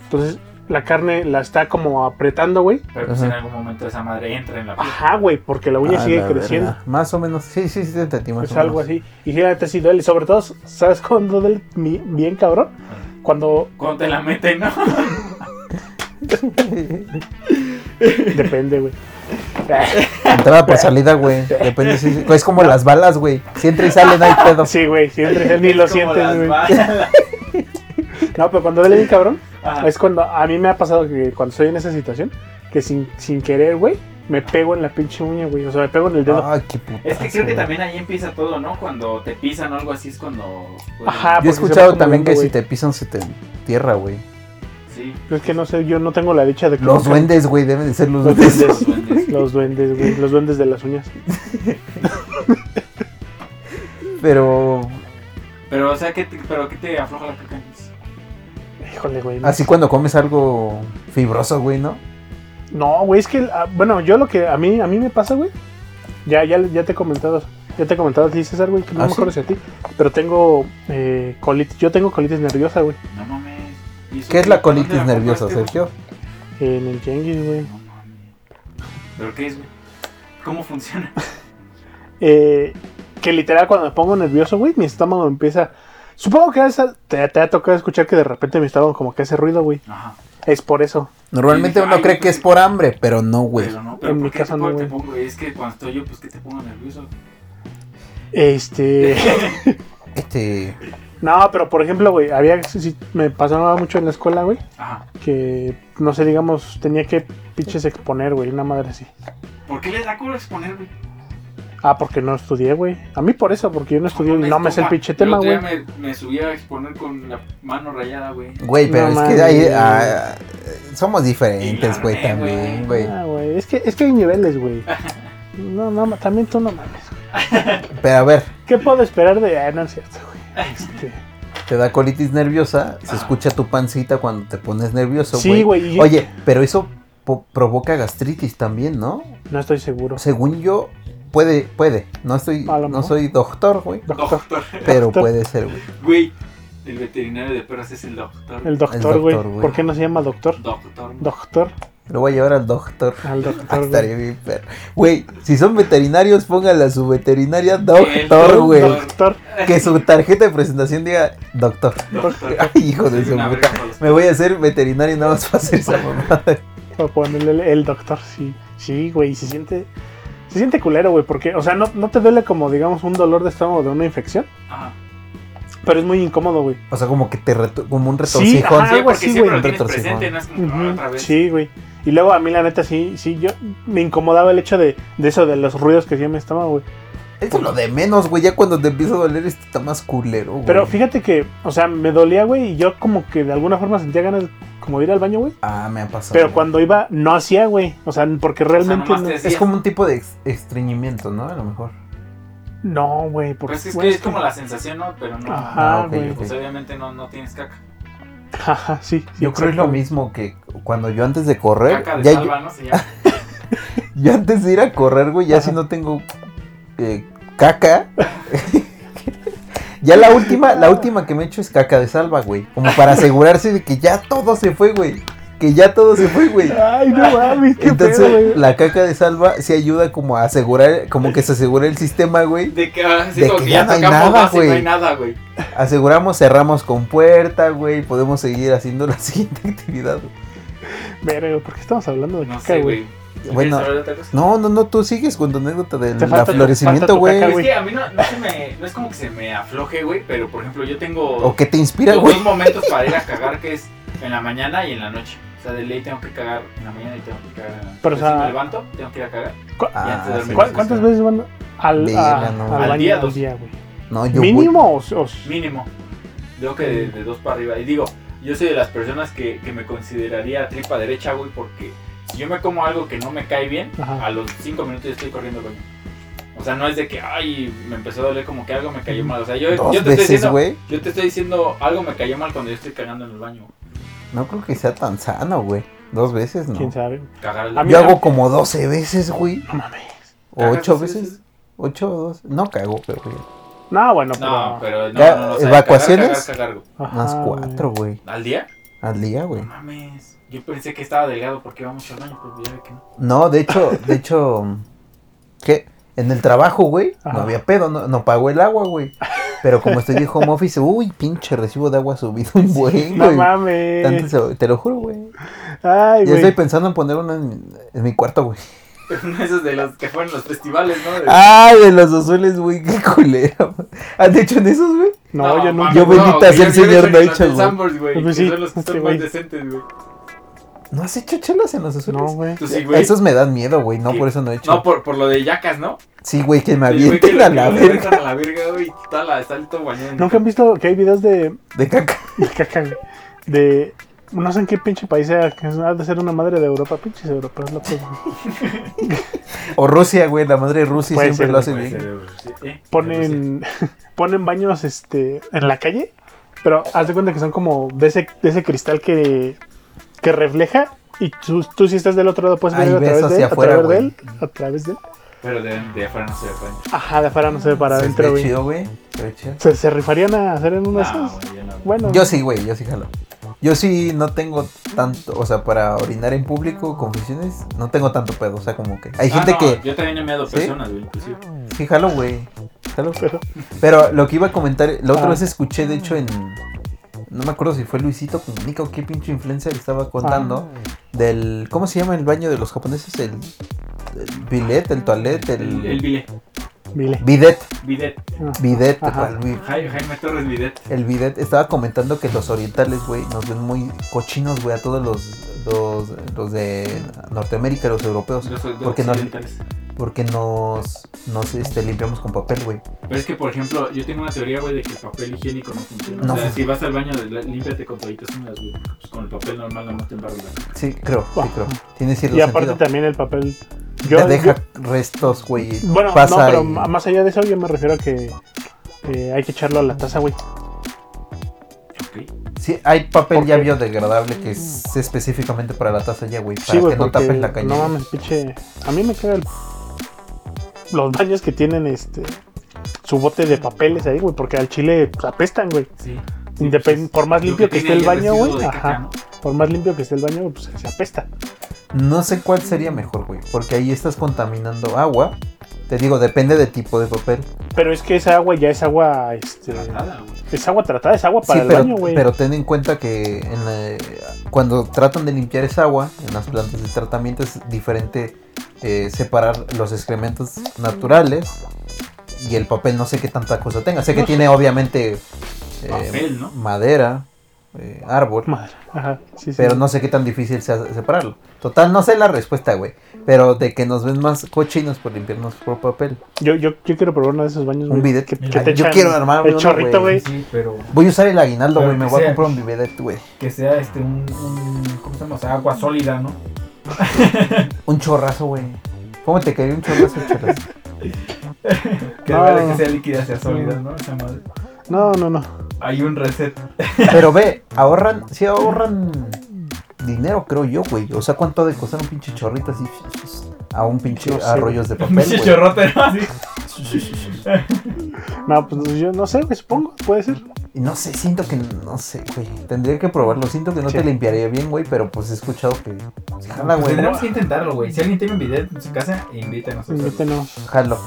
Speaker 3: Entonces la carne la está como apretando, güey.
Speaker 1: Pero pues
Speaker 2: Ajá.
Speaker 1: en algún momento esa madre entra en la piel.
Speaker 3: Ajá, güey, porque la uña
Speaker 2: a
Speaker 3: sigue
Speaker 2: la
Speaker 3: creciendo.
Speaker 2: verga. Más o menos. Sí, sí, sí, te entendí. Más
Speaker 3: Es
Speaker 2: o menos.
Speaker 3: algo así. Y fíjate si duele. Sobre todo, ¿sabes cuándo duele mi- bien cabrón? Cuando
Speaker 1: Cuando te la meten, ¿no?
Speaker 3: depende, güey.
Speaker 2: Entrada por salida, güey. Depende. sí, sí. Es como las balas, güey. Si entra y sale, no hay pedo.
Speaker 3: Sí, güey, siempre ni lo
Speaker 1: Es como
Speaker 3: sientes,
Speaker 1: las
Speaker 3: güey.
Speaker 1: balas.
Speaker 3: No, pero cuando duele bien cabrón,
Speaker 2: Ah.
Speaker 1: Ajá.
Speaker 3: es cuando a mí me ha pasado que cuando estoy en esa situación, que sin, sin querer, güey, me pego en la pinche uña, güey. O sea, me pego en el dedo.
Speaker 2: Ay, qué puta.
Speaker 3: Ah,
Speaker 1: Es que creo que también ahí empieza todo, ¿no? Cuando te pisan o algo así es cuando... pues,
Speaker 3: Ajá.
Speaker 2: Yo he
Speaker 3: porque se va
Speaker 2: escuchado
Speaker 3: acumulando,
Speaker 2: también que
Speaker 3: güey.
Speaker 2: si te pisan se te entierra, güey.
Speaker 1: Sí.
Speaker 3: Es que no sé, yo no tengo la dicha de que.
Speaker 2: Los duendes, güey, deben de ser los
Speaker 3: Los
Speaker 2: duendes.
Speaker 3: duendes.
Speaker 1: duendes.
Speaker 3: Los duendes, güey. Los duendes de las uñas.
Speaker 2: Pero
Speaker 1: Pero, o sea, ¿qué te, pero ¿qué te afloja la caca?
Speaker 3: Híjole, güey. no.
Speaker 2: Así cuando comes algo fibroso, güey, ¿no?
Speaker 3: No, güey, es que, ah, bueno, yo lo que a mí, a mí me pasa, güey. Ya, ya, ya te he comentado, ya te he comentado a ti, César, güey, que no
Speaker 2: ¿Ah,
Speaker 3: me acuerdo
Speaker 2: sí?
Speaker 3: si a ti. Pero tengo eh, colitis, yo tengo colitis nerviosa, güey.
Speaker 1: No mames. ¿Y eso
Speaker 2: ¿Qué es la
Speaker 1: ¿Dónde
Speaker 2: colitis nerviosa,
Speaker 1: compraste,
Speaker 2: Sergio?
Speaker 3: En el Yenguis, güey.
Speaker 1: güey? No mames. ¿Pero qué es, güey? ¿Cómo funciona?
Speaker 3: Eh, que literal cuando me pongo nervioso, güey, mi estómago empieza... Supongo que has- te, te ha tocado escuchar que de repente mi estómago como que hace ruido, güey.
Speaker 1: Ajá.
Speaker 3: Es por eso.
Speaker 2: Normalmente
Speaker 1: Sí,
Speaker 2: uno
Speaker 1: ay,
Speaker 2: cree
Speaker 1: yo
Speaker 2: que es
Speaker 1: pensé-
Speaker 2: por hambre, pero no, güey.
Speaker 1: Pero no, pero
Speaker 3: en
Speaker 1: ¿por
Speaker 3: mi
Speaker 1: qué
Speaker 3: casa
Speaker 1: te,
Speaker 3: no,
Speaker 1: pongo- te
Speaker 3: güey.
Speaker 1: pongo? Es que cuando estoy yo, pues que te pongo nervioso.
Speaker 3: Este...
Speaker 2: Este.
Speaker 3: No, pero por ejemplo, güey, había... sí, sí, me pasaba mucho en la escuela, güey.
Speaker 1: Ajá.
Speaker 3: que no sé, digamos, tenía que pinches exponer, güey, una madre así.
Speaker 1: ¿Por qué le da culo exponer, güey?
Speaker 3: Ah, porque no estudié, güey. A mí por eso, porque yo no estudié y no me sé el
Speaker 1: Toma,
Speaker 3: pinche tema,
Speaker 1: otro
Speaker 3: güey.
Speaker 1: día Me, me subí a exponer con la mano rayada, güey.
Speaker 2: Güey, pero
Speaker 3: No
Speaker 2: es que ahí.
Speaker 3: mames.
Speaker 2: ah, somos diferentes, güey,
Speaker 1: Sí,
Speaker 2: también,
Speaker 1: güey.
Speaker 2: güey.
Speaker 3: Ah, güey, es que, es que hay niveles, güey. No, no, ma- también tú no mames. güey.
Speaker 2: Pero a ver,
Speaker 3: ¿Qué puedo esperar de...? Ah, no es cierto, güey. Este,
Speaker 2: te da colitis nerviosa, se escucha tu pancita cuando te pones nervioso,
Speaker 3: Sí, güey. y-
Speaker 2: Oye, pero eso po- provoca gastritis también, ¿no?
Speaker 3: No estoy seguro.
Speaker 2: Según yo, puede, puede. No estoy,
Speaker 3: A lo
Speaker 2: no
Speaker 3: mejor.
Speaker 2: soy doctor, güey.
Speaker 3: Doctor.
Speaker 2: Pero
Speaker 3: Doctor.
Speaker 2: puede ser, güey.
Speaker 1: Güey, el veterinario de perros es el doctor.
Speaker 3: El doctor,
Speaker 2: doctor,
Speaker 3: güey.
Speaker 2: güey.
Speaker 3: ¿Por qué no se llama doctor?
Speaker 1: Doctor. güey.
Speaker 3: Doctor.
Speaker 2: Lo voy a llevar al doctor.
Speaker 3: Al
Speaker 2: Ah,
Speaker 3: doctor, güey.
Speaker 2: Estaría bien, perro. Güey, si son veterinarios, pónganle a su veterinaria
Speaker 1: El
Speaker 2: doctor, güey.
Speaker 3: Doctor.
Speaker 2: Que su tarjeta de presentación diga doctor.
Speaker 1: Doctor.
Speaker 2: Ay, ah, hijo de
Speaker 1: Soy
Speaker 2: su
Speaker 1: una
Speaker 2: puta.
Speaker 1: verga pues. para los-
Speaker 2: Me voy a hacer veterinario nada más para hacer esa mamada.
Speaker 3: O ponerle el, el doctor, sí. Sí, güey, y se siente. Se siente culero, güey, porque, o sea, no, no te duele como, digamos, un dolor de estómago de una infección,
Speaker 1: Ajá.
Speaker 3: pero es muy incómodo, güey.
Speaker 2: O sea, como que te reto- como un
Speaker 3: Sí,
Speaker 2: retorcijón.
Speaker 3: ajá.
Speaker 1: Sí,
Speaker 3: Algo
Speaker 1: porque
Speaker 3: así,
Speaker 1: siempre
Speaker 3: güey.
Speaker 1: lo tienes
Speaker 2: Retorcijón.
Speaker 1: presente, no es como "Ah, otra
Speaker 3: Ujú,
Speaker 1: vez.
Speaker 3: Sí, güey. Y luego a mí, la neta, sí, sí, yo me incomodaba el hecho de, de eso, de los ruidos que hacía mi estómago, güey.
Speaker 2: Eso es lo de menos, güey. Ya cuando te empieza a doler, esto está más culero, güey.
Speaker 3: Pero fíjate que, o sea, me dolía, güey, y yo como que de alguna forma sentía ganas como de ir al baño, güey.
Speaker 2: Ah, me ha pasado.
Speaker 3: Pero cuando iba, no hacía, güey. O sea, porque realmente
Speaker 1: nomás te-
Speaker 2: Es como un tipo de ex- estreñimiento, ¿no? A lo mejor.
Speaker 3: no. No, güey, porque.
Speaker 1: Pues es que
Speaker 3: güey,
Speaker 1: es como la sensación, ¿no? Pero no.
Speaker 3: Ajá,
Speaker 2: Ah, ok,
Speaker 3: güey.
Speaker 2: ok.
Speaker 1: Pues obviamente no, no tienes caca.
Speaker 3: Ajá, sí. sí,
Speaker 2: Yo creo que es lo
Speaker 3: exacto.
Speaker 2: mismo que cuando yo antes de correr.
Speaker 1: Caca de
Speaker 2: ya yo-
Speaker 1: salva, ¿no? Se llama.
Speaker 2: Yo antes de ir a correr, güey, ya
Speaker 3: Ajá.
Speaker 2: si no tengo eh, caca. ya la última, la última que me he hecho es caca de salva, güey. Como para asegurarse de que ya todo se fue, güey. Que ya todo se fue, güey.
Speaker 3: Ay, no mames, qué pedo, güey.
Speaker 2: Entonces, la caca de salva sí ayuda como a asegurar, como que se asegura el sistema, güey.
Speaker 1: De que, ah, sí,
Speaker 2: De
Speaker 1: como
Speaker 2: que
Speaker 1: que
Speaker 2: ya
Speaker 1: ya
Speaker 2: no hay
Speaker 1: tocamos
Speaker 2: nada,
Speaker 1: base y no
Speaker 2: güey.
Speaker 1: hay nada, güey.
Speaker 2: Aseguramos, cerramos con puerta, güey. Podemos seguir haciendo la siguiente actividad. güey.
Speaker 3: Verga, ¿por qué estamos hablando de
Speaker 1: No
Speaker 3: caca,
Speaker 1: sé,
Speaker 3: güey?
Speaker 1: güey. ¿Quieres
Speaker 2: Bueno.
Speaker 1: saber otra cosa?
Speaker 2: No, no, no, tú sigues con tu anécdota del
Speaker 3: Te falta tu- falta
Speaker 2: florecimiento,
Speaker 3: tu caca,
Speaker 2: güey.
Speaker 1: Es que a mí no, no, se me, no es como que se me afloje, güey, pero por ejemplo yo tengo
Speaker 2: O que te inspira,
Speaker 1: dos
Speaker 2: güey.
Speaker 1: momentos para ir a cagar que es en la mañana y en la noche. O sea, de ley tengo que cagar en la mañana y tengo que cagar en la noche.
Speaker 3: Pero, o sea,
Speaker 1: si me levanto, tengo que ir a cagar.
Speaker 3: ¿Cu-
Speaker 1: Y antes de
Speaker 2: Ah, sí,
Speaker 1: dormir,
Speaker 3: ¿Cuál-
Speaker 1: sí,
Speaker 3: ¿Cuántas
Speaker 1: sí.
Speaker 3: veces van al, a-
Speaker 2: Verga, no.
Speaker 3: al
Speaker 1: Al
Speaker 3: baño
Speaker 1: día,
Speaker 3: al
Speaker 1: dos.
Speaker 3: día, güey?
Speaker 2: No, yo voy-
Speaker 3: ¿Mínimo o, o-
Speaker 1: Mínimo. Digo que de, de dos para arriba. Y digo, yo soy de las personas que, que me consideraría tripa derecha, güey, porque si yo me como algo que no me cae bien,
Speaker 3: Ajá.
Speaker 1: a los cinco minutos yo estoy corriendo, güey. O sea, no es de que, ay, me empezó a doler como que algo me cayó mal. O sea, yo,
Speaker 2: dos
Speaker 1: yo te estoy
Speaker 2: veces,
Speaker 1: diciendo,
Speaker 2: güey.
Speaker 1: yo te estoy diciendo algo me cayó mal cuando yo estoy cagando en el baño.
Speaker 2: No creo que sea tan sano, güey. Dos veces, no.
Speaker 3: quién sabe?
Speaker 1: Cagar al
Speaker 3: A mí
Speaker 2: Yo
Speaker 3: no.
Speaker 2: hago como 12 veces, güey.
Speaker 3: No mames.
Speaker 2: O
Speaker 1: ¿Cagas
Speaker 2: 8
Speaker 1: dos
Speaker 2: veces.
Speaker 1: veces?
Speaker 2: 8 o 12. No cago, pero güey.
Speaker 3: No, bueno, pero.
Speaker 1: No, pero no,
Speaker 2: Ya,
Speaker 1: no, no, o sea,
Speaker 2: ¿evacuaciones?
Speaker 1: cagar, cagar, cagar,
Speaker 3: Ajá,
Speaker 2: Más
Speaker 3: Ah, güey.
Speaker 2: 4, güey.
Speaker 1: güey. ¿Al día?
Speaker 2: Al día, güey.
Speaker 1: No mames. Yo pensé que estaba delgado porque iba mucho al baño, pero ya ve que no.
Speaker 2: No, de hecho, de hecho. ¿Qué? En el trabajo, güey. No
Speaker 3: Ajá.
Speaker 2: había pedo, no, no pagó el agua, güey. Pero como estoy de home office, uy, pinche recibo de agua subido un buen,
Speaker 3: No
Speaker 2: güey. Tanto
Speaker 3: mames.
Speaker 2: se- te lo juro, güey. Ya
Speaker 3: Ay,
Speaker 2: estoy
Speaker 3: güey.
Speaker 2: pensando en poner una en, en mi cuarto, güey.
Speaker 1: Uno de esos de los que fueron los festivales, ¿no? De-
Speaker 2: Ah, de los azules, güey, qué culero. ¿Han hecho en esos, güey?
Speaker 3: No, yo no.
Speaker 1: mames,
Speaker 2: Yo bendita
Speaker 1: güey,
Speaker 2: sea el
Speaker 1: yo- yo he
Speaker 2: señor
Speaker 1: hecho en
Speaker 2: Nacho,
Speaker 1: los de
Speaker 2: güey.
Speaker 1: Sanborns, güey.
Speaker 3: Pues
Speaker 1: que
Speaker 3: sí,
Speaker 1: son los que
Speaker 3: este
Speaker 1: son
Speaker 3: güey.
Speaker 1: más decentes, güey.
Speaker 2: ¿No has hecho chelas en los azules?
Speaker 3: No, güey.
Speaker 1: Tú Pues sí,
Speaker 2: A
Speaker 1: güey.
Speaker 2: Esos me dan miedo, güey. No,
Speaker 1: ¿Qué?
Speaker 2: por eso no he hecho.
Speaker 1: No, por, por lo de yacas, ¿no?
Speaker 2: Sí, güey, que me
Speaker 1: El güey que
Speaker 2: avienten
Speaker 1: lo-
Speaker 2: a
Speaker 1: que
Speaker 2: la
Speaker 1: lo
Speaker 2: verga
Speaker 1: avientan a la verga, güey. y Está la, está el todo bañado. en-
Speaker 3: Nunca han visto que hay videos de,
Speaker 2: de caca.
Speaker 3: de caca, güey. De. No sé en qué pinche país sea. Que es- ha de ser una madre de Europa. Pinches europeos locos, güey.
Speaker 2: O Rusia, güey. La madre de Rusia
Speaker 3: Puede
Speaker 2: siempre
Speaker 3: ser,
Speaker 2: lo
Speaker 3: güey,
Speaker 2: hace
Speaker 1: Puede
Speaker 2: bien.
Speaker 1: ser, güey. Sí, eh,
Speaker 3: Ponen. ponen baños este en la calle. Pero haz de cuenta que son como de ese, de ese cristal que, que refleja. Y tú, tú si estás del otro lado puedes
Speaker 2: Ahí
Speaker 3: ver a
Speaker 2: ves
Speaker 3: través, de,
Speaker 2: hacia
Speaker 3: él,
Speaker 2: afuera,
Speaker 3: a través de
Speaker 2: güey.
Speaker 3: él. A través de él.
Speaker 1: Pero de, de afuera no se ve cuenta.
Speaker 3: Ajá, de afuera no se ve para
Speaker 2: Se ve
Speaker 3: adentro, güey.
Speaker 2: chido, güey. Se ve chido.
Speaker 3: ¿Se, se rifarían a hacer en uno de esos?
Speaker 1: No, güey, yo no.
Speaker 3: Bueno.
Speaker 2: Yo sí, güey, yo sí jalo. Yo sí no tengo tanto, o sea, para orinar en público, confesiones, no tengo tanto pedo, o sea, como que... Hay
Speaker 1: Ah,
Speaker 2: gente
Speaker 1: no,
Speaker 2: que...
Speaker 1: Yo también he meado
Speaker 2: ¿Sí?
Speaker 1: personas, güey, inclusive.
Speaker 2: Sí, jalo, güey. Jalo.
Speaker 3: Pero,
Speaker 2: Pero lo que iba a comentar, la otra
Speaker 3: Ah.
Speaker 2: vez escuché, de hecho, en... No me acuerdo si fue Luisito Comunica o qué pinche influencer estaba contando
Speaker 3: Ah.
Speaker 2: del... ¿Cómo se llama el baño de los japoneses? El... el bilet, el toilet,
Speaker 1: El,
Speaker 2: el...
Speaker 1: el bidet.
Speaker 3: vile.
Speaker 2: Bidet.
Speaker 1: Bidet.
Speaker 3: Ah.
Speaker 2: Bidet,
Speaker 3: Ajá.
Speaker 2: ¿cuál, güey?
Speaker 1: Jaime, Jaime Torres Bidet.
Speaker 2: El bidet estaba comentando que los orientales, güey, nos ven muy cochinos, güey, a todos los, los, los de Norteamérica, los europeos,
Speaker 1: Los dos
Speaker 2: Porque no-
Speaker 1: occidentales.
Speaker 2: porque nos, nos este, limpiamos con papel, güey.
Speaker 1: Pero es que, por ejemplo, yo tengo una teoría, güey, de que el papel higiénico no funciona.
Speaker 2: No
Speaker 1: o sea,
Speaker 2: funciona.
Speaker 1: si vas al baño, la- límpiate con toallitas húmedas, güey. Pues con el papel normal nada más te embarras. la-
Speaker 2: Sí, creo, sí,
Speaker 3: Wow.
Speaker 2: creo. Tiene cierto
Speaker 3: Y aparte
Speaker 2: sentido.
Speaker 3: también el papel.
Speaker 2: Te
Speaker 3: Yo,
Speaker 2: deja restos, güey.
Speaker 3: yo- bueno,
Speaker 2: pasa
Speaker 3: no, pero
Speaker 2: y-
Speaker 3: m- más allá de eso, yo me refiero a que eh, hay que echarlo a la taza, güey.
Speaker 1: Ok.
Speaker 2: Sí, hay papel
Speaker 3: ¿Por
Speaker 2: ya
Speaker 3: qué?
Speaker 2: biodegradable que es específicamente para la taza ya, güey, para
Speaker 3: Sí, güey,
Speaker 2: que no
Speaker 3: porque
Speaker 2: tapes la caña.
Speaker 3: no mames, pinche. A mí me queda el... los baños que tienen este su bote de papeles ahí, güey, porque al chile pues, apestan, güey.
Speaker 1: Sí. pues,
Speaker 3: Independ- por más
Speaker 1: Lo
Speaker 3: limpio que esté
Speaker 1: tiene
Speaker 3: el
Speaker 1: ahí
Speaker 3: baño,
Speaker 1: residuo
Speaker 3: güey,
Speaker 1: de caca,
Speaker 3: ajá.
Speaker 1: ¿no?
Speaker 3: Por más limpio que esté el baño, güey, pues se apesta.
Speaker 2: No sé cuál sería mejor, güey, porque ahí estás contaminando agua. Te digo, depende del tipo de papel.
Speaker 3: Pero es que esa agua ya es agua, este,
Speaker 1: Nada, güey.
Speaker 3: es agua tratada, es agua para
Speaker 2: sí,
Speaker 3: el
Speaker 2: pero,
Speaker 3: baño, güey.
Speaker 2: pero ten en cuenta que en la- cuando tratan de limpiar esa agua en las plantas de tratamiento es diferente eh, separar los excrementos naturales y el papel no sé qué tanta cosa tenga. Sé que
Speaker 3: No sé.
Speaker 2: tiene obviamente eh,
Speaker 1: Papel, ¿no?
Speaker 2: madera, eh, árbol,
Speaker 3: Madre, ajá, sí, sí.
Speaker 2: pero no sé qué tan difícil sea separarlo. Total, no sé la respuesta, güey. Pero de que nos ven más cochinos por limpiarnos por papel.
Speaker 3: Yo, yo, yo quiero probar uno de esos baños,
Speaker 2: Un
Speaker 3: güey.
Speaker 2: bidet.
Speaker 3: que- que
Speaker 2: Ay,
Speaker 3: te
Speaker 2: yo
Speaker 3: echan
Speaker 2: quiero armar
Speaker 3: El
Speaker 2: uno,
Speaker 3: chorrito,
Speaker 2: güey.
Speaker 3: güey.
Speaker 4: Sí, pero
Speaker 2: Voy a usar el aguinaldo,
Speaker 4: Pero
Speaker 2: güey. Me
Speaker 4: que
Speaker 2: voy a
Speaker 4: sea-
Speaker 2: comprar un bidet, güey.
Speaker 4: que sea este un, un- ¿cómo se llama? O sea, agua sólida, ¿no?
Speaker 2: Un chorrazo, güey. ¿Cómo te caería un chorrazo, chorrazo?
Speaker 4: Que
Speaker 3: No.
Speaker 4: en vez de que sea líquida sea sólida, ¿no? Esa madre.
Speaker 3: No, no, no.
Speaker 4: Hay un reset.
Speaker 2: Pero ve, ahorran, sí ahorran dinero, creo yo, güey. O sea, ¿cuánto ha de costar un pinche chorrito así pues, a un pinche
Speaker 3: No sé,
Speaker 2: a rollos de papel,
Speaker 4: Pinche
Speaker 2: güey?
Speaker 4: chorrote, ¿no? Así.
Speaker 3: No, pues yo no sé, güey, supongo, puede ser.
Speaker 2: Y no sé, siento que no sé, güey. Tendría que probarlo. Siento que no
Speaker 3: Sí.
Speaker 2: te limpiaría bien, güey, pero pues he escuchado que se jala,
Speaker 4: Pues
Speaker 2: güey.
Speaker 4: Tendremos que intentarlo, güey. Si alguien tiene un bidet en su casa, invítanos. a hacerlo.
Speaker 3: Invítenos.
Speaker 2: Jalo.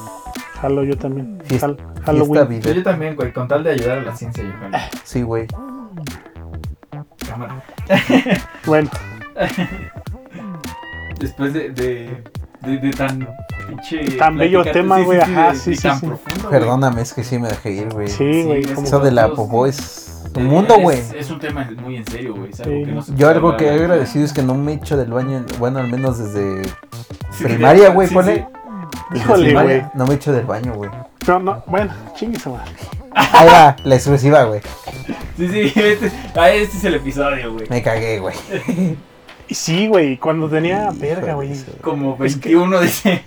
Speaker 3: Jalo yo también.
Speaker 2: Fiesta-
Speaker 3: Jalo,
Speaker 2: Fiesta
Speaker 3: Halloween.
Speaker 4: Yo,
Speaker 2: bidet.
Speaker 4: yo también, güey, con tal de ayudar a la ciencia, yo jalo.
Speaker 2: Sí, güey.
Speaker 4: Cámara.
Speaker 3: Bueno,
Speaker 1: Después de, de, de, de tan pinche.
Speaker 3: Tan bello
Speaker 1: platicarte-
Speaker 3: tema, güey, ajá,
Speaker 1: de-
Speaker 3: sí,
Speaker 1: y
Speaker 3: sí,
Speaker 1: tan
Speaker 3: sí.
Speaker 1: profundo, güey.
Speaker 2: Perdóname, es que sí me dejé ir, güey.
Speaker 3: sí, güey.
Speaker 1: Sí,
Speaker 3: como-
Speaker 2: Eso de la
Speaker 1: Nosotros-
Speaker 2: popó es
Speaker 1: Eh,
Speaker 2: un mundo,
Speaker 1: es-
Speaker 2: güey.
Speaker 1: Es, un tema muy en serio, güey. es algo
Speaker 3: Sí.
Speaker 1: que no se
Speaker 2: Yo
Speaker 1: puede
Speaker 2: algo que he
Speaker 1: hablar.
Speaker 2: agradecido es que no me he hecho del baño, bueno, al menos desde
Speaker 1: Sí,
Speaker 2: primaria,
Speaker 1: sí,
Speaker 2: güey,
Speaker 1: sí,
Speaker 2: ponle.
Speaker 1: sí.
Speaker 2: desde
Speaker 3: Híjole,
Speaker 2: primaria,
Speaker 3: güey.
Speaker 2: No me he hecho del baño, güey.
Speaker 3: No, no, bueno, chingue su madre.
Speaker 2: Ahí va, la exclusiva, güey.
Speaker 1: Sí, sí, este, ah, este es el episodio, güey.
Speaker 2: Me cagué, güey.
Speaker 3: Y Sí, güey, cuando tenía verga, güey.
Speaker 1: Como 21 dice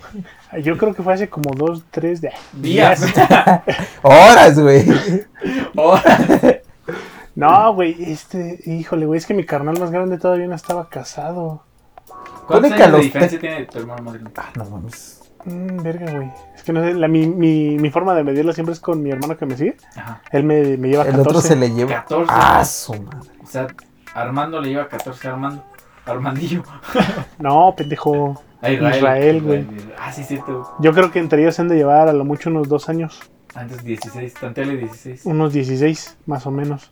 Speaker 3: Yo creo que fue hace como dos, tres de-
Speaker 1: días.
Speaker 2: Horas, güey.
Speaker 1: Horas.
Speaker 3: No, güey, este, híjole, güey, es que mi carnal más grande todavía no estaba casado.
Speaker 1: ¿Cuántos
Speaker 2: Ponle que a
Speaker 1: años de
Speaker 2: los
Speaker 1: diferencia tiene tu hermano más grande?
Speaker 2: Ah, no mames.
Speaker 3: Mm, verga, güey. Es que no sé, la, mi, mi, mi forma de medirlo siempre es con mi hermano que me sigue.
Speaker 1: Ajá.
Speaker 3: Él me, me lleva
Speaker 2: El
Speaker 3: 14.
Speaker 2: otro se le lleva.
Speaker 1: 14.
Speaker 2: Ah, su madre.
Speaker 1: O sea, Armando le lleva 14 a Armando. Armandillo.
Speaker 3: No, pendejo.
Speaker 1: A
Speaker 3: Israel, güey.
Speaker 1: Ah, sí, cierto.
Speaker 3: Yo creo que entre ellos se han de llevar a lo mucho unos dos años.
Speaker 1: Antes 16, tanteale 16.
Speaker 3: unos 16, más o menos.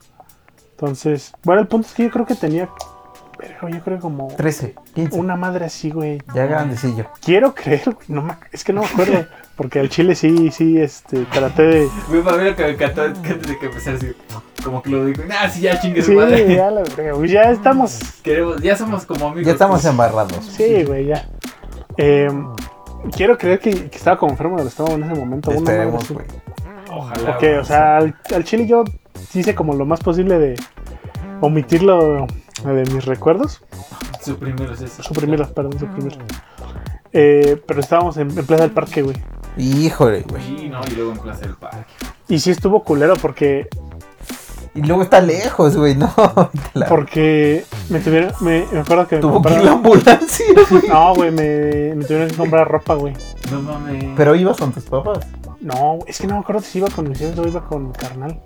Speaker 3: Entonces, bueno, el punto es que yo creo que tenía, verga, yo creo que como
Speaker 2: 13, 15.
Speaker 3: una madre así, güey.
Speaker 2: Ya grandecillo.
Speaker 3: Quiero creer, güey, no me- es que no me acuerdo, porque al chile sí, sí, este, traté de...
Speaker 1: Güey, para ver lo que me encantó es que antes de que empezara así, como que lo dijo, ah, sí, ya chingue su
Speaker 3: Ah. Sí,
Speaker 1: madre.
Speaker 3: ya la verga, güey, ya estamos,
Speaker 1: Queremos, ya somos como amigos.
Speaker 2: Ya estamos
Speaker 1: pues.
Speaker 2: embarrados.
Speaker 3: sí, güey, ya. Eh, quiero creer que, que estaba como enfermo del estómago en ese momento. una madre
Speaker 2: Esperemos,
Speaker 3: así.
Speaker 2: güey.
Speaker 1: Ojalá.
Speaker 3: Porque, o sea, al, al chile yo hice como lo más posible de omitirlo de mis recuerdos.
Speaker 1: güey. Suprimirlos eso.
Speaker 3: Suprimirlas, perdón,
Speaker 2: Mm.
Speaker 3: suprimirlas. Eh, pero estábamos en, en Plaza del Parque, güey.
Speaker 2: Híjole, güey.
Speaker 1: Sí, no, y luego en Plaza del Parque.
Speaker 3: Y sí estuvo culero porque
Speaker 2: Y luego está lejos, güey, no. te la-
Speaker 3: Porque me tuvieron. Me, me acuerdo que me
Speaker 2: Tuvo que ir la
Speaker 3: compraron.
Speaker 2: ambulancia, güey.
Speaker 3: No, güey, me, me tuvieron que comprar ropa, güey.
Speaker 1: No mames.
Speaker 2: Pero ibas con tus papás.
Speaker 3: No, es que no me acuerdo si iba con mis hijos o iba con mi carnal.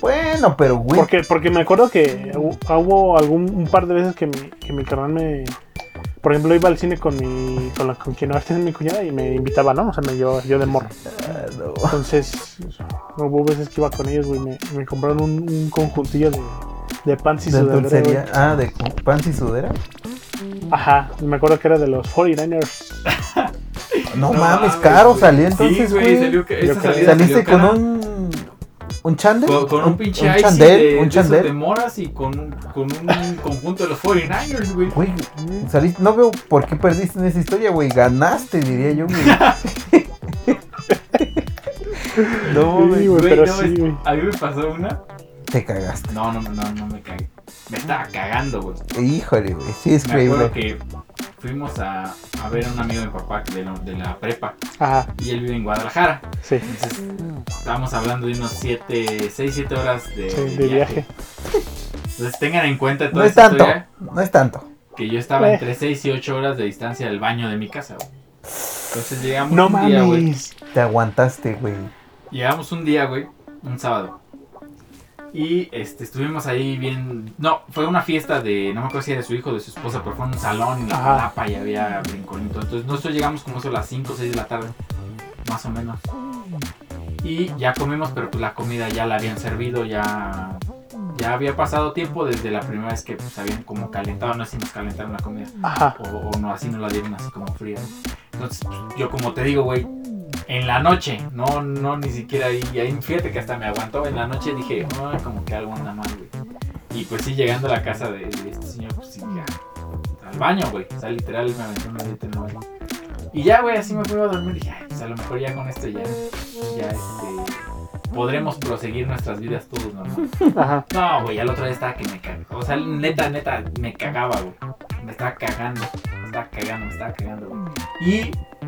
Speaker 2: Bueno, pero, güey.
Speaker 3: Porque, porque me acuerdo que hu- ah, hubo algún un par de veces que mi, que mi carnal me. Por ejemplo, iba al cine con mi. con, la, con quien ahora es mi cuñada y me invitaba, ¿no? O sea, me llevaba yo de morro.
Speaker 2: Ah, no.
Speaker 3: Entonces, hubo veces que iba con ellos, güey. Me, me compraron un, un conjuntillo de, de pants y
Speaker 2: De
Speaker 3: sudadera, güey.
Speaker 2: dulcería. Ah, de pan y sudera.
Speaker 3: Ajá, me acuerdo que era de los 49ers.
Speaker 2: No,
Speaker 1: No
Speaker 2: mames,
Speaker 1: mames,
Speaker 2: caro
Speaker 1: güey.
Speaker 2: salió entonces,
Speaker 1: sí,
Speaker 2: güey.
Speaker 1: güey, salió que esta
Speaker 3: Yo creo.
Speaker 1: salida
Speaker 2: Saliste
Speaker 1: salió
Speaker 2: con
Speaker 1: cara.
Speaker 2: un. ¿Un chándal?
Speaker 1: Con, con un pinche
Speaker 2: un
Speaker 1: icy
Speaker 2: chándal,
Speaker 1: de,
Speaker 2: un
Speaker 1: de esos de
Speaker 2: chándal.
Speaker 1: moras y con un, con un conjunto de los 49ers, güey.
Speaker 2: Güey, saliste, no veo por qué perdiste en esa historia, güey. Ganaste, diría yo, güey. no,
Speaker 3: Sí,
Speaker 2: güey.
Speaker 3: güey, pero
Speaker 1: no,
Speaker 3: sí,
Speaker 1: es-
Speaker 3: güey.
Speaker 1: A mí me pasó una.
Speaker 2: Te cagaste.
Speaker 1: No, no, no, no me cagué. Me estaba cagando, güey.
Speaker 2: Híjole, güey. Sí, es
Speaker 1: Me acuerdo
Speaker 2: creíble.
Speaker 1: que fuimos a, a ver a un amigo de mi papá de la, de la prepa
Speaker 3: Ajá,
Speaker 1: y él vive en Guadalajara.
Speaker 3: sí.
Speaker 1: Entonces, estábamos hablando de unos 7, 6, 7 horas de,
Speaker 3: Sí, de viaje.
Speaker 1: Entonces, tengan en cuenta toda
Speaker 2: No es
Speaker 1: esta
Speaker 2: tanto.
Speaker 1: historia
Speaker 2: No es tanto.
Speaker 1: que yo estaba
Speaker 3: Eh.
Speaker 1: entre 6 y 8 horas de distancia del baño de mi casa, güey. Entonces, llegamos
Speaker 3: No
Speaker 1: un día, güey.
Speaker 3: mames.
Speaker 2: Te aguantaste, güey.
Speaker 1: Llegamos un día, güey, un sábado. Y este, estuvimos ahí bien. No, fue una fiesta de. No me acuerdo si era de su hijo o de su esposa, pero fue en un salón y la
Speaker 3: Ajá.
Speaker 1: palapa y había brincolito. Entonces, nosotros llegamos como eso a las 5 o 6 de la tarde, más o menos. Y ya comimos, pero pues la comida ya la habían servido, ya. Ya había pasado tiempo desde la primera vez que pues, habían como calentado, no sé si nos calentaron la comida
Speaker 3: Ajá.
Speaker 1: o, o no, así no la dieron así como fría. ¿no? Entonces, pues, yo como te digo, güey, en la noche, no, no, ni siquiera ahí, ahí, fíjate que hasta me aguantó, en la noche dije, "Ay, como que algo anda mal, güey. Y pues sí, llegando a la casa de, de este señor, pues sí, ya, al baño, güey, o sea, literal me aventó una dieta en el baño. Y ya, güey, así me fui a dormir, dije, "Ay, pues a lo mejor ya con esto ya, ya, este, podremos proseguir nuestras vidas todos, ¿no?
Speaker 3: Ajá.
Speaker 1: No, güey, al otro día estaba que me cagaba. O sea, neta, neta, me cagaba, güey. Me estaba cagando, me estaba cagando, me estaba cagando, güey.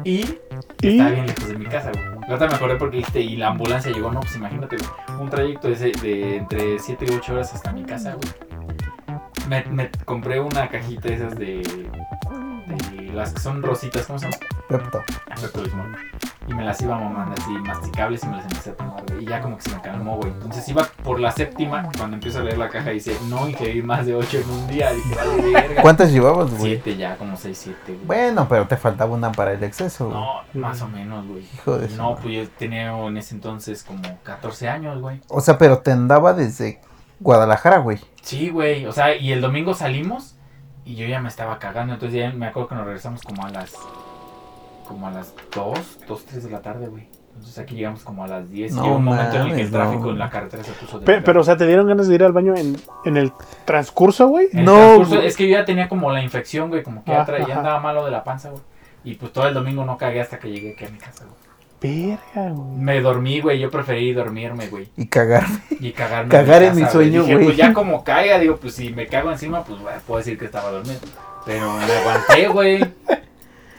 Speaker 1: Y, y,
Speaker 3: Y
Speaker 1: estaba bien lejos de mi casa, güey. Ahorita me acordé porque dijiste, y la ambulancia llegó, no, pues imagínate, güey. Un trayecto de, se- de entre 7 y 8 horas hasta mi casa, güey. Me, me compré una cajita de esas de, de las que son rositas, ¿cómo se llama?
Speaker 2: Pepto.
Speaker 1: Pepto Bismol. Y me las iba mamando así, masticables, y me las empecé a tomar, güey. Y ya como que se me calmó, güey. Entonces iba por la séptima, cuando empiezo a leer la caja, dice, no ingerir más de ocho en un día. Dije, vale, verga.
Speaker 2: ¿Cuántas llevabas, güey?
Speaker 1: Siete ya, como seis, siete, güey.
Speaker 2: Bueno, pero te faltaba una para el exceso, güey.
Speaker 1: No, más o menos, güey.
Speaker 2: Hijo de su
Speaker 1: No, pues yo tenía en ese entonces como 14 años, güey.
Speaker 2: O sea, pero te andaba desde Guadalajara, güey.
Speaker 1: Sí, güey. O sea, y el domingo salimos y yo ya me estaba cagando. Entonces ya me acuerdo que nos regresamos como a las. Como a las 2, 2, 3 de la tarde, güey. Entonces aquí llegamos como a las 10.
Speaker 2: No
Speaker 1: y llegó un momento en el que
Speaker 2: mames,
Speaker 1: el tráfico
Speaker 2: no.
Speaker 1: en la carretera se puso de.
Speaker 3: Pe- pero, o sea, ¿te dieron ganas de ir al baño en, en el transcurso, güey?
Speaker 1: En el
Speaker 2: no,
Speaker 1: transcurso-
Speaker 2: güey.
Speaker 1: Es que yo ya tenía como la infección, güey. Como que ya, tra-
Speaker 3: Ajá.
Speaker 1: ya andaba malo de la panza, güey. Y pues todo el domingo no cagué hasta que llegué aquí a mi casa, güey.
Speaker 3: Verga, güey.
Speaker 1: Me dormí, güey. Yo preferí dormirme, güey.
Speaker 2: Y cagar.
Speaker 1: Y cagarme.
Speaker 2: Cagar
Speaker 1: mi
Speaker 2: en mi
Speaker 1: casa,
Speaker 2: sueño,
Speaker 1: Dije,
Speaker 2: güey.
Speaker 1: Pues ya como caiga, digo, pues si me cago encima, pues bueno, puedo decir que estaba dormido. Pero me aguanté, güey.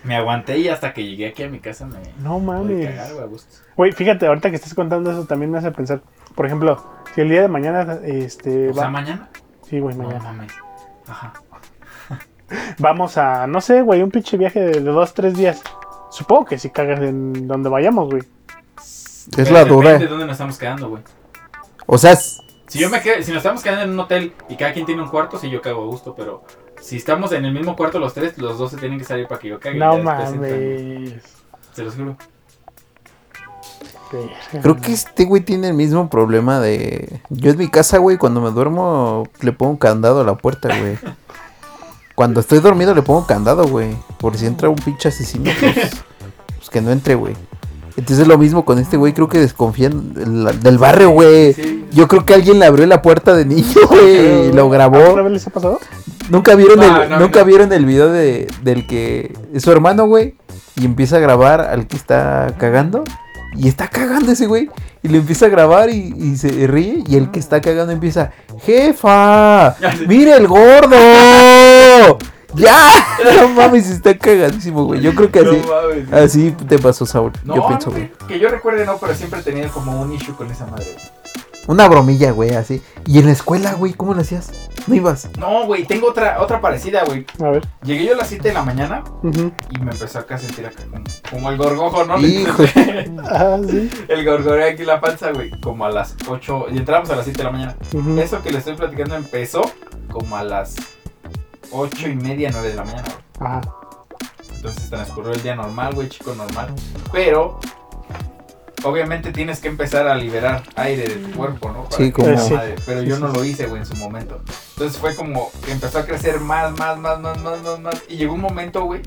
Speaker 1: Me aguanté y hasta que llegué aquí a mi casa me
Speaker 3: No
Speaker 1: pude
Speaker 3: mames.
Speaker 1: cagar, güey, a gusto.
Speaker 3: Güey, fíjate, ahorita que estás contando eso también me hace pensar. Por ejemplo, si el día de mañana, este.
Speaker 1: O sea,
Speaker 3: va-
Speaker 1: mañana.
Speaker 3: sí, güey,
Speaker 1: No
Speaker 3: mañana.
Speaker 1: mames. Ajá.
Speaker 3: Vamos a, no sé, güey, un pinche viaje de, de dos, tres días. Supongo que si cagas en donde vayamos, güey.
Speaker 2: Es la
Speaker 1: Depende
Speaker 2: duda.
Speaker 1: de dónde nos estamos quedando, güey.
Speaker 2: O sea, es-
Speaker 1: Si yo me quedo, si nos estamos quedando en un hotel y cada quien tiene un cuarto, sí yo cago a gusto, pero si estamos en el mismo cuarto los tres, los dos se tienen que salir para que yo cague. y
Speaker 3: No
Speaker 1: ya después entran.
Speaker 3: mames.
Speaker 1: Se los juro.
Speaker 3: Verga,
Speaker 2: creo que este güey tiene el mismo problema de... Yo en mi casa, güey, cuando me duermo le pongo un candado a la puerta, güey. Cuando estoy dormido le pongo un candado, güey. Por si entra un pinche asesino, pues, pues que no entre, güey. Entonces es lo mismo con este güey, creo que desconfían del, del barrio, güey.
Speaker 1: Sí.
Speaker 2: Yo creo que alguien le abrió la puerta de niño, güey, y lo grabó.
Speaker 3: ¿Alguna vez les ha pasado?
Speaker 2: Nunca vieron
Speaker 1: No,
Speaker 2: el,
Speaker 1: no,
Speaker 2: nunca
Speaker 1: no.
Speaker 2: vieron el video de, del que es su hermano, güey, y empieza a grabar al que está cagando. Y está cagando ese güey. Y le empieza a grabar y, y se ríe. Y el que está cagando empieza, jefa, mira el gordo. Ya, no mames, está cagadísimo, güey. Yo creo que así,
Speaker 1: mames.
Speaker 2: así te pasó, Saúl.
Speaker 1: No,
Speaker 2: yo
Speaker 1: no,
Speaker 2: pienso,
Speaker 1: güey,
Speaker 2: güey.
Speaker 1: que yo recuerde no, pero siempre he tenido como un issue con esa madre. güey.
Speaker 2: Una bromilla, güey, así. Y en la escuela, güey, ¿cómo lo hacías? No ibas.
Speaker 1: No, güey, tengo otra, otra parecida, güey.
Speaker 3: A ver.
Speaker 1: Llegué yo a las 7 de la mañana
Speaker 3: Ujú.
Speaker 1: y me empezó acá a sentir acá como, como el gorgojo, ¿no?
Speaker 2: Hijo.
Speaker 3: Ah, sí.
Speaker 1: El gorgoreo aquí en la panza, güey. Como a las 8. Y entramos a las 7 de la mañana.
Speaker 3: Ujú.
Speaker 1: Eso que le estoy platicando empezó como a las 8 y media, 9 de la mañana, güey.
Speaker 3: Ajá.
Speaker 1: Entonces transcurrió el día normal, güey, chico normal. Pero, obviamente tienes que empezar a liberar aire de tu cuerpo, ¿no? Para
Speaker 2: Sí,
Speaker 1: que
Speaker 2: como-
Speaker 1: la
Speaker 3: Sí.
Speaker 1: madre. Pero yo
Speaker 3: Mm. Sí,
Speaker 1: no
Speaker 3: sí,
Speaker 1: lo hice, güey, en su momento. Entonces fue como que empezó a crecer más, más, más, más, más, más, más. Y llegó un momento, güey,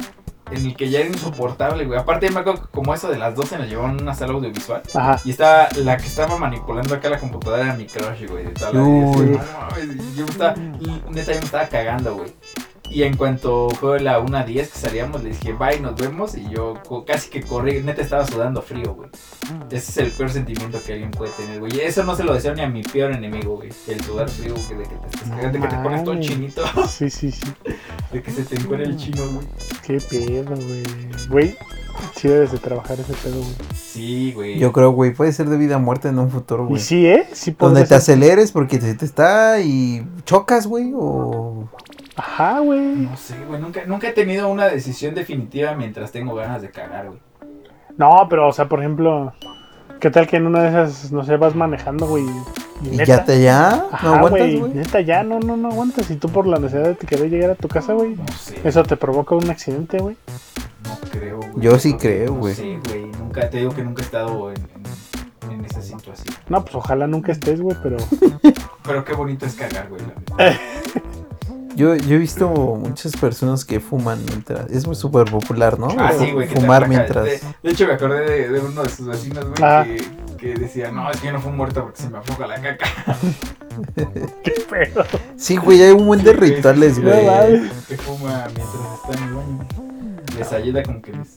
Speaker 1: en el que ya era insoportable, güey. Aparte, me acuerdo que como eso de las 12 nos llevaron a una sala audiovisual.
Speaker 3: Ajá.
Speaker 1: Y estaba la que estaba manipulando acá la computadora era mi crush, güey, de tal edad.
Speaker 2: Uy.
Speaker 1: Y decía, "No mames", Yo me estaba, neta, yo me estaba cagando, güey. Y en cuanto fue la 1.10 que salíamos, le dije, bye, nos vemos. Y yo co- casi que corrí, neta estaba sudando frío, güey. Ese es el peor sentimiento que alguien puede tener, güey. Y Eso no se lo deseo ni a mi peor enemigo, güey. El sudar frío, que de que te estás cagando, que te pones todo
Speaker 3: mames.
Speaker 1: chinito,
Speaker 3: Sí, sí, sí.
Speaker 1: de que se te encuentra el chino, güey.
Speaker 3: Qué pedo, güey. Güey, sí debes de trabajar ese pedo, güey.
Speaker 1: Sí, güey.
Speaker 2: Yo creo, güey, puede ser de vida a muerte en un futuro,
Speaker 3: Y
Speaker 2: güey.
Speaker 3: sí, ¿eh? Sí,
Speaker 2: Donde
Speaker 3: podría
Speaker 2: te
Speaker 3: ser.
Speaker 2: aceleres porque te, te está y chocas, güey, o...
Speaker 3: Ajá, güey.
Speaker 1: No sé, güey. Nunca, nunca he tenido una decisión definitiva mientras tengo ganas de cagar, güey.
Speaker 3: No, pero, o sea, por ejemplo, ¿qué tal que en una de esas, no sé, vas manejando, güey? Y,
Speaker 2: Y
Speaker 3: neta,
Speaker 2: ya te ya, no
Speaker 3: Ajá,
Speaker 2: aguantas,
Speaker 3: güey.
Speaker 2: güey.
Speaker 3: Neta, ya, no, no, no aguantas. Y tú por la necesidad de te querer llegar a tu casa, güey.
Speaker 1: No sé.
Speaker 3: Eso te provoca un accidente, güey.
Speaker 1: No creo, güey.
Speaker 2: Yo sí
Speaker 1: No-
Speaker 2: creo, güey.
Speaker 1: No sé, güey. Nunca, te digo que nunca he estado en, en- en esa situación.
Speaker 3: No, pues ojalá nunca estés, güey, pero.
Speaker 1: Pero qué bonito es cagar, güey. la neta.
Speaker 2: Yo, yo he visto muchas personas que fuman mientras... Es muy súper popular, ¿no?
Speaker 1: Ah, sí, güey. que te
Speaker 2: Fumar
Speaker 1: aplaca.
Speaker 2: mientras...
Speaker 1: De, de hecho, me acordé de, de uno de sus vecinos, güey,
Speaker 3: Ah.
Speaker 1: que, que decía, no, es que yo no fumo muerto porque se me afloja la caca.
Speaker 3: ¿Qué pedo?
Speaker 2: Sí, güey, hay un buen de
Speaker 1: Sí, güey,
Speaker 2: rituales,
Speaker 1: sí,
Speaker 3: no
Speaker 2: güey.
Speaker 3: mames.
Speaker 1: Que fuma mientras está en el baño. Les ayuda como que les...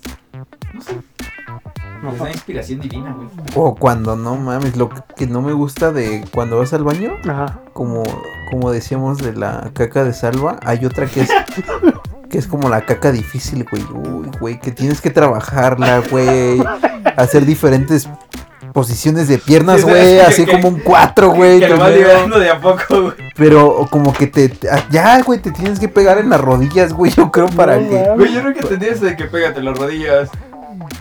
Speaker 1: No sé.
Speaker 3: No.
Speaker 1: Les da inspiración divina, güey.
Speaker 2: O cuando no mames, lo que no me gusta de cuando vas al baño,
Speaker 3: Ajá.
Speaker 2: como, como decíamos de la caca de salva, hay otra que es que es como la caca difícil, güey. Uy, güey, que tienes que trabajarla, güey. Hacer diferentes posiciones de piernas,
Speaker 1: Sí, o sea,
Speaker 2: güey.
Speaker 1: que-
Speaker 2: Así
Speaker 1: que-
Speaker 2: como un cuatro, güey.
Speaker 1: que lo vas
Speaker 2: primero.
Speaker 1: liberando de a poco, güey.
Speaker 2: Pero como que te ah, ya, güey, te tienes que pegar en las rodillas, güey. Yo creo para
Speaker 3: No,
Speaker 2: que
Speaker 3: mames.
Speaker 1: Güey, yo nunca entendí eso de que pégate las rodillas.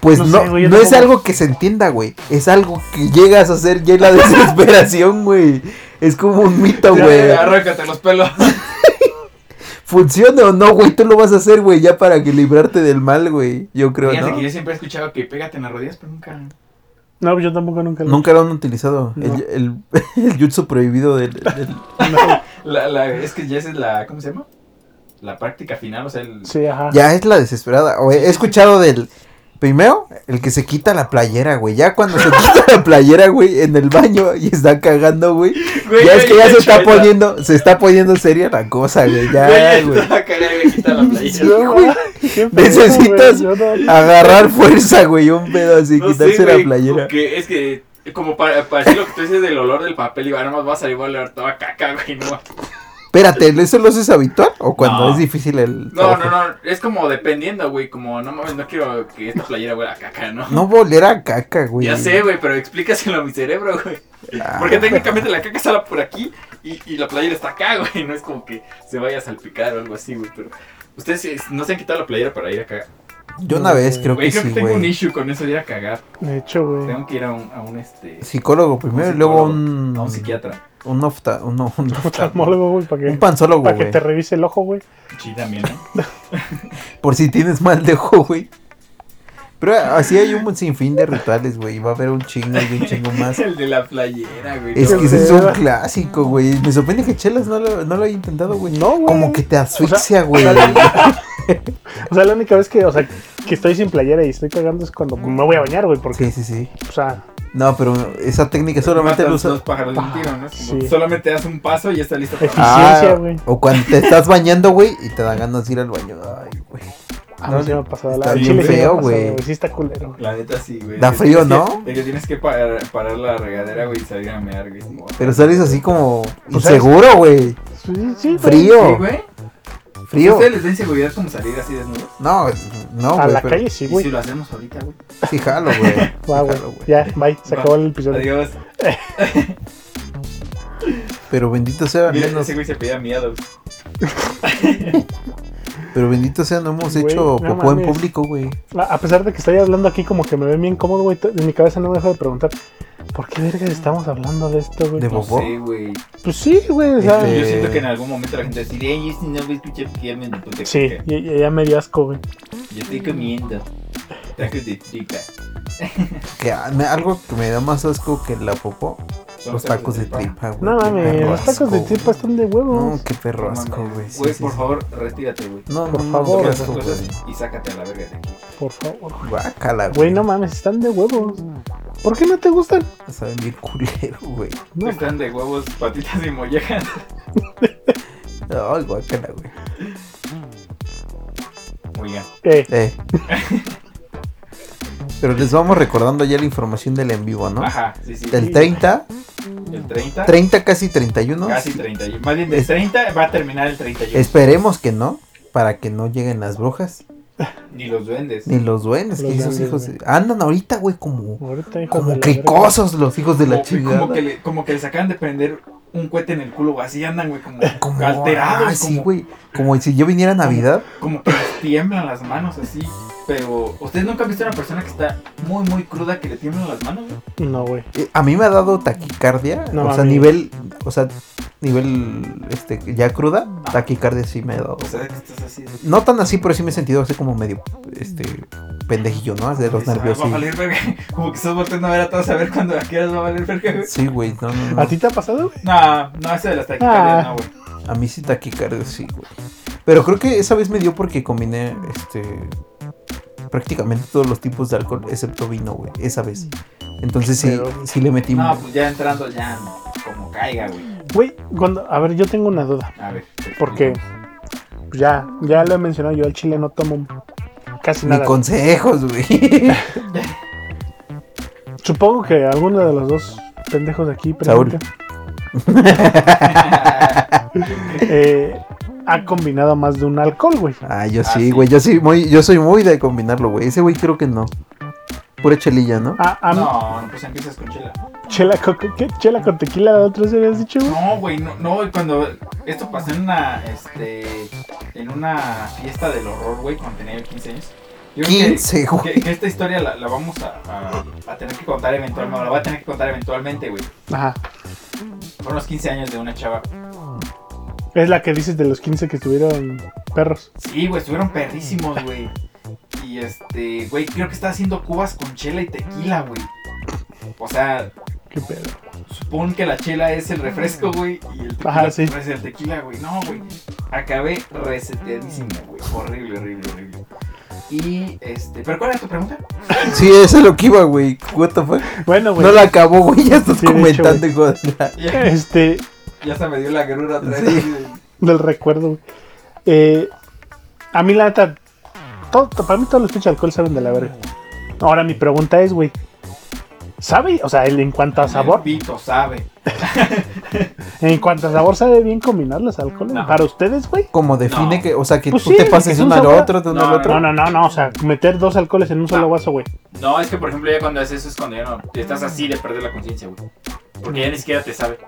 Speaker 2: Pues no,
Speaker 3: No sé, güey, yo
Speaker 2: no es
Speaker 3: tampoco.
Speaker 2: algo que se entienda, güey. Es algo que llegas a hacer ya en la desesperación, güey. Es como un mito,
Speaker 1: Ya,
Speaker 2: güey.
Speaker 1: Arráncate los pelos.
Speaker 2: Funciona o no, güey, tú lo vas a hacer, güey, ya para que librarte del mal, güey. Yo creo,
Speaker 1: Fíjate
Speaker 2: ¿no?
Speaker 1: que yo siempre he escuchado que pégate en las rodillas, pero nunca.
Speaker 3: No, pues, yo tampoco nunca lo.
Speaker 2: Nunca lo han utilizado.
Speaker 3: No.
Speaker 2: El, el, el jutsu prohibido del... del-
Speaker 3: No.
Speaker 1: La, la, es que ya esa es la. ¿Cómo se llama? La práctica final, o sea, el.
Speaker 3: Sí, ajá.
Speaker 2: Ya es la desesperada. O he he escuchado del... Primero, el que se quita la playera, güey. Ya cuando se quita la playera, güey, en el baño y está cagando, güey.
Speaker 1: Güey,
Speaker 2: ya es que
Speaker 1: güey,
Speaker 2: ya se
Speaker 1: de hecho,
Speaker 2: está
Speaker 1: ahí
Speaker 2: poniendo, se está poniendo seria la cosa, güey. Ya,
Speaker 1: Güey,
Speaker 2: güey.
Speaker 1: estaba cagada y me quita la
Speaker 2: Sí,
Speaker 1: playera.
Speaker 3: No,
Speaker 2: güey.
Speaker 3: qué pedo,
Speaker 2: Necesitas-
Speaker 3: güey, yo no-
Speaker 2: Agarrar fuerza, güey, un pedo así,
Speaker 1: No sé,
Speaker 2: quitarse la
Speaker 1: güey,
Speaker 2: playera.
Speaker 1: como que es que. Como para, para decir lo que tú dices del olor del papel, y nada más va a salir, va a oler toda caca, güey. No,
Speaker 2: Espérate, ¿eso lo haces habitual o cuando
Speaker 1: No.
Speaker 2: es difícil el
Speaker 1: no,
Speaker 2: trabajo?
Speaker 1: no, no, es como dependiendo, güey. Como, no mames, no quiero que esta playera huela a caca, ¿no?
Speaker 2: No voler a caca, güey.
Speaker 1: Ya sé, güey, pero explícaselo a mi cerebro, güey.
Speaker 2: Ah,
Speaker 1: Porque técnicamente la caca está por aquí y, y la playera está acá, güey. No es como que se vaya a salpicar o algo así, güey. Pero ustedes eh, no se han quitado la playera para ir a cagar.
Speaker 2: Yo una vez creo
Speaker 1: Güey,
Speaker 2: que
Speaker 1: creo
Speaker 2: sí,
Speaker 1: que tengo un
Speaker 2: güey.
Speaker 1: issue con eso de ir a cagar.
Speaker 3: De hecho, güey.
Speaker 1: Tengo que ir a un, a un este.
Speaker 2: Psicólogo primero y luego
Speaker 1: psicólogo,
Speaker 2: un.
Speaker 1: a un psiquiatra.
Speaker 2: Un ofta. Un, no, un, ofta-
Speaker 3: Oftalmólogo, güey, para
Speaker 2: un
Speaker 3: que,
Speaker 2: panzólogo,
Speaker 3: para que
Speaker 2: güey.
Speaker 3: te revise el ojo, güey.
Speaker 1: Sí, también, ¿no?
Speaker 2: Por si tienes mal de ojo, güey. Pero así hay un sinfín de rituales, güey. y Va a haber un chingo y un chingo más.
Speaker 1: El de la playera, güey.
Speaker 2: Ah, Es
Speaker 1: no,
Speaker 2: que ese es un
Speaker 3: pedo.
Speaker 2: clásico, güey. Me sorprende que Chelas no lo, no lo haya intentado, güey.
Speaker 3: No, güey.
Speaker 2: Como que te asfixia, güey.
Speaker 3: O sea, la única vez que, o sea, que estoy sin playera y estoy cagando es cuando me voy a bañar, güey, porque,
Speaker 2: Sí, sí, sí.
Speaker 3: o sea,
Speaker 2: No, pero esa técnica solamente
Speaker 1: matas
Speaker 2: lo usas.
Speaker 1: dos pájaros de un tiro, ¿no? Es como,
Speaker 3: Sí.
Speaker 1: Solamente das un paso y ya está listo. para-
Speaker 3: Ah, Eficiencia, güey.
Speaker 2: o cuando te estás bañando, güey, y te dan ganas de ir al baño. Ay, güey.
Speaker 3: a mí se me ha pasado
Speaker 2: está
Speaker 3: la
Speaker 2: bien
Speaker 3: chile sí me ha
Speaker 2: feo,
Speaker 3: pasado,
Speaker 2: güey.
Speaker 3: Sí está culero. güey.
Speaker 1: La neta sí, güey.
Speaker 2: Da
Speaker 1: De que
Speaker 2: frío,
Speaker 1: tienes que-
Speaker 2: ¿no?
Speaker 1: De que tienes que parar, parar la regadera, güey, y salir a mear, güey. como-
Speaker 2: Pero sales así como
Speaker 3: Pues, ¿sabes?
Speaker 2: inseguro, güey.
Speaker 1: pues
Speaker 3: Sí, sí, güey.
Speaker 1: Sí,
Speaker 2: Frío,
Speaker 1: güey. ¿A
Speaker 2: frío.
Speaker 1: ustedes les da inseguridad como salir así desnudos?
Speaker 2: No, no,
Speaker 3: A
Speaker 2: güey.
Speaker 3: la
Speaker 2: pero
Speaker 3: calle sí,
Speaker 1: Y
Speaker 3: güey.
Speaker 1: si lo hacemos ahorita, güey.
Speaker 2: Sí, jalo, güey.
Speaker 3: Va,
Speaker 2: Sí,
Speaker 3: güey.
Speaker 2: jalo, güey.
Speaker 3: Ya, bye. Se
Speaker 1: Va.
Speaker 3: acabó el episodio.
Speaker 1: Adiós.
Speaker 2: Pero bendito sea, al
Speaker 1: Mira,
Speaker 2: menos-
Speaker 1: ese güey se pedía miedo.
Speaker 2: pero bendito sea, no hemos
Speaker 3: Güey,
Speaker 2: hecho
Speaker 3: no
Speaker 2: popó en
Speaker 3: mames.
Speaker 2: público, güey.
Speaker 3: A a pesar de que estoy hablando aquí como que me ven bien cómodo, güey, to- en mi cabeza no me deja de preguntar, ¿por qué verga estamos hablando de esto, güey?
Speaker 2: De
Speaker 1: No
Speaker 2: popó.
Speaker 1: sé, güey.
Speaker 3: Pues sí, güey, o sea,
Speaker 2: Este-
Speaker 1: Yo siento que en algún momento la gente va a decir, ey, este no me escucha porque me lo puse
Speaker 3: sí,
Speaker 1: coca.
Speaker 3: y, y ya me dio asco, güey.
Speaker 1: Yo estoy comiendo. Tacos de tripa.
Speaker 2: Que a- me- algo que me da más asco que la popó,
Speaker 1: Son
Speaker 2: los tacos de tripa, güey.
Speaker 3: No
Speaker 2: Qué
Speaker 3: mames,
Speaker 2: perro
Speaker 3: los tacos
Speaker 2: asco,
Speaker 3: de
Speaker 2: güey.
Speaker 3: tripa están de
Speaker 2: No,
Speaker 3: huevos.
Speaker 2: qué perro asco,
Speaker 1: No
Speaker 2: güey.
Speaker 1: mames.
Speaker 2: Sí,
Speaker 1: Güey,
Speaker 2: sí,
Speaker 1: por
Speaker 2: sí.
Speaker 1: favor, retírate, güey.
Speaker 2: No,
Speaker 3: por
Speaker 2: no, no,
Speaker 3: favor,
Speaker 2: qué
Speaker 1: Toma
Speaker 2: asco,
Speaker 1: esas cosas
Speaker 2: güey.
Speaker 1: y sácate a la verga de aquí.
Speaker 3: Por favor.
Speaker 2: Guácala,
Speaker 3: Güey, no mames, están de huevos. ¿Por qué no te gustan?
Speaker 2: Saben bien culero, güey.
Speaker 3: No,
Speaker 1: Están de huevos, patitas y mollejas.
Speaker 2: Ay, guácala, güey.
Speaker 1: Oigan,
Speaker 3: eh,
Speaker 2: Eh. Pero les vamos recordando ya la información del en vivo, ¿no?
Speaker 1: ajá, sí, sí.
Speaker 2: Del 30,
Speaker 1: El 30,
Speaker 2: 30 casi 31.
Speaker 1: casi 30. Más bien del
Speaker 2: Es-
Speaker 1: 30 va a terminar el 31.
Speaker 2: Esperemos que no, para que no lleguen las brujas,
Speaker 1: Ni los duendes.
Speaker 2: ni los duendes, que
Speaker 3: Los
Speaker 2: esos
Speaker 3: duendes,
Speaker 2: hijos de- andan ahorita, güey, como
Speaker 3: ahorita, hijo de
Speaker 2: como
Speaker 3: la verga.
Speaker 2: cricosos los hijos de la
Speaker 1: Como-
Speaker 2: chingada.
Speaker 1: como, que le, como que les acaban de prender un cohete en el culo, güey, así andan, güey, como,
Speaker 2: Eh, Como,
Speaker 1: alterados,
Speaker 2: ah, sí,
Speaker 1: como-
Speaker 2: güey. Como si yo viniera a Navidad.
Speaker 1: como que les tiemblan las manos así. Pero, ¿ustedes nunca han visto una persona que está muy, muy cruda que le tiemblan las manos? güey?
Speaker 3: No, güey.
Speaker 2: Eh, A mí me ha dado taquicardia.
Speaker 3: No
Speaker 2: o sea,
Speaker 3: mames.
Speaker 2: nivel. O sea, nivel. Este, ya cruda.
Speaker 1: Ah.
Speaker 2: Taquicardia sí me ha dado.
Speaker 1: O sea, que estás así. de-
Speaker 2: No tan así, pero sí me he sentido así como medio. Este. Pendejillo, ¿no? De los
Speaker 1: Dices, "Ah,
Speaker 2: nervios.
Speaker 1: Va a
Speaker 2: sí.
Speaker 1: valer verga. Como que estás volteando a ver a todos a ver cuándo a qué horas va a valer verga, güey.
Speaker 2: Sí, güey. No, no, no.
Speaker 3: ¿A ti te ha pasado, güey?
Speaker 1: No, no, eso de las taquicardias,
Speaker 3: Ah.
Speaker 1: no, güey.
Speaker 2: A mí sí taquicardia, sí, güey. Pero creo que esa vez me dio porque combiné este prácticamente todos los tipos de alcohol excepto vino, güey, esa vez. Entonces sí,
Speaker 3: Pero-
Speaker 2: sí le metí
Speaker 1: No, pues ya entrando, ya como caiga, güey.
Speaker 3: Güey, cuando... A ver, yo tengo una duda.
Speaker 1: A ver. te explico.
Speaker 3: Porque pues, ya, ya lo he mencionado, yo al chile no tomo casi
Speaker 2: ni
Speaker 3: nada.
Speaker 2: consejos, güey.
Speaker 3: Supongo que alguno de los dos pendejos de aquí presente,
Speaker 1: Ah,
Speaker 3: eh, ha combinado más de un alcohol, güey.
Speaker 2: ah, yo
Speaker 1: Ah,
Speaker 2: sí,
Speaker 1: sí.
Speaker 2: güey, yo sí muy yo soy muy de combinarlo, güey. Ese güey creo que no. Pura chelilla,
Speaker 1: Ah,
Speaker 2: ¿no?
Speaker 3: A, a mí-
Speaker 1: no, pues empiezas con chela.
Speaker 3: Ah, chela, con, ¿qué? chela con tequila, la otra vez habías dicho, güey.
Speaker 1: No, güey, no, no, y cuando esto pasó en una, este, en una fiesta del horror, güey, cuando tenía yo 15 años. Yo creo que-
Speaker 2: 15,
Speaker 1: Que,
Speaker 2: güey.
Speaker 1: que esta historia la, la vamos a, a- a tener que contar eventualmente, la voy a tener que contar eventualmente, güey.
Speaker 3: Ajá.
Speaker 1: Fueron los 15 años de una chava.
Speaker 3: Es la que dices de los 15 que estuvieron perros.
Speaker 1: Sí, güey, estuvieron perrísimos, güey. Y este, güey, creo que estaba haciendo cubas con chela y tequila, güey. O sea,
Speaker 3: Qué pedo.
Speaker 1: supón que la chela es el refresco, güey, y el tequila
Speaker 3: Ajá, sí.
Speaker 1: es el tequila, güey. No, güey. Acabé reseteadísimo, güey. Horrible, horrible, horrible. Y este, ¿pero cuál era tu pregunta?
Speaker 2: Sí, eso es lo que iba, güey. What the fuck?
Speaker 3: Bueno, güey.
Speaker 2: No la acabó, güey. Ya estás
Speaker 3: Sí, de hecho,
Speaker 2: comentando, hijo de la-
Speaker 1: Ya,
Speaker 3: Este,
Speaker 1: ya se me dio la guerrura otra vez.
Speaker 2: Sí.
Speaker 1: así de-
Speaker 3: del recuerdo, güey. Eh, a mí la neta, todo, to- para mí todos los pinches alcohol saben de la verga. Ahora mi pregunta es, güey, ¿sabe? O sea, el- en cuanto a sabor,
Speaker 1: El pito sabe.
Speaker 3: en cuanto a sabor, ¿sabe bien combinar los alcoholes?
Speaker 1: No.
Speaker 3: Para ustedes, güey.
Speaker 2: Como define
Speaker 1: No.
Speaker 2: que, o sea, que
Speaker 3: Pues
Speaker 2: tú
Speaker 3: sí,
Speaker 2: te
Speaker 3: que
Speaker 2: pases
Speaker 3: es un
Speaker 2: uno al
Speaker 3: sabor-
Speaker 2: otro, de uno
Speaker 1: No,
Speaker 2: al
Speaker 1: no,
Speaker 2: otro.
Speaker 3: No, no, no, no, o sea, meter dos alcoholes en un solo
Speaker 1: No.
Speaker 3: vaso, güey.
Speaker 1: No, es que por ejemplo ya cuando haces eso es cuando ya no, te estás así de perder la conciencia, güey. Porque ya ni siquiera te sabe.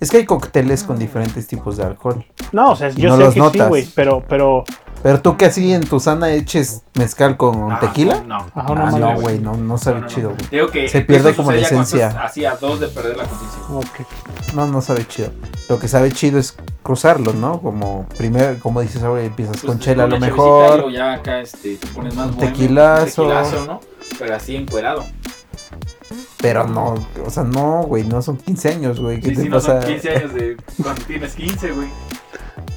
Speaker 2: Es que hay cócteles con diferentes tipos de alcohol.
Speaker 3: No, o sea,
Speaker 2: Y
Speaker 3: yo
Speaker 2: no
Speaker 3: sé
Speaker 2: los
Speaker 3: que sí,
Speaker 2: notas.
Speaker 3: güey, pero, pero,
Speaker 2: Pero tú que así en tu sana eches mezcal con
Speaker 1: Ah,
Speaker 2: tequila.
Speaker 1: No.
Speaker 3: ajá,
Speaker 2: Ah,
Speaker 3: una
Speaker 1: no,
Speaker 2: no,
Speaker 3: madre,
Speaker 1: güey.
Speaker 2: güey, no, no sabe
Speaker 1: No, no,
Speaker 2: chido,
Speaker 1: no.
Speaker 2: güey.
Speaker 1: Te digo que
Speaker 2: Se pierde
Speaker 1: eso
Speaker 2: como la
Speaker 1: sucede ya cuando
Speaker 2: esencia.
Speaker 1: estás Así a dos de perder la conciencia. güey.
Speaker 3: Ok.
Speaker 2: No, no sabe chido. Lo que sabe chido es cruzarlo, ¿no? Como primero, como dices ahora, empiezas
Speaker 1: Pues,
Speaker 2: con chela a lo
Speaker 1: una chavecita y luego
Speaker 2: mejor.
Speaker 1: ya acá este, te pones más
Speaker 2: Un
Speaker 1: bohemio,
Speaker 2: tequilazo.
Speaker 1: un tequilazo, ¿no? Pero así encuerado.
Speaker 2: Pero no, o sea, no, güey, no son 15 años, güey. ¿Qué
Speaker 1: Sí,
Speaker 2: te
Speaker 1: sí, no
Speaker 2: pasa?
Speaker 1: son 15 años de cuando tienes 15, güey.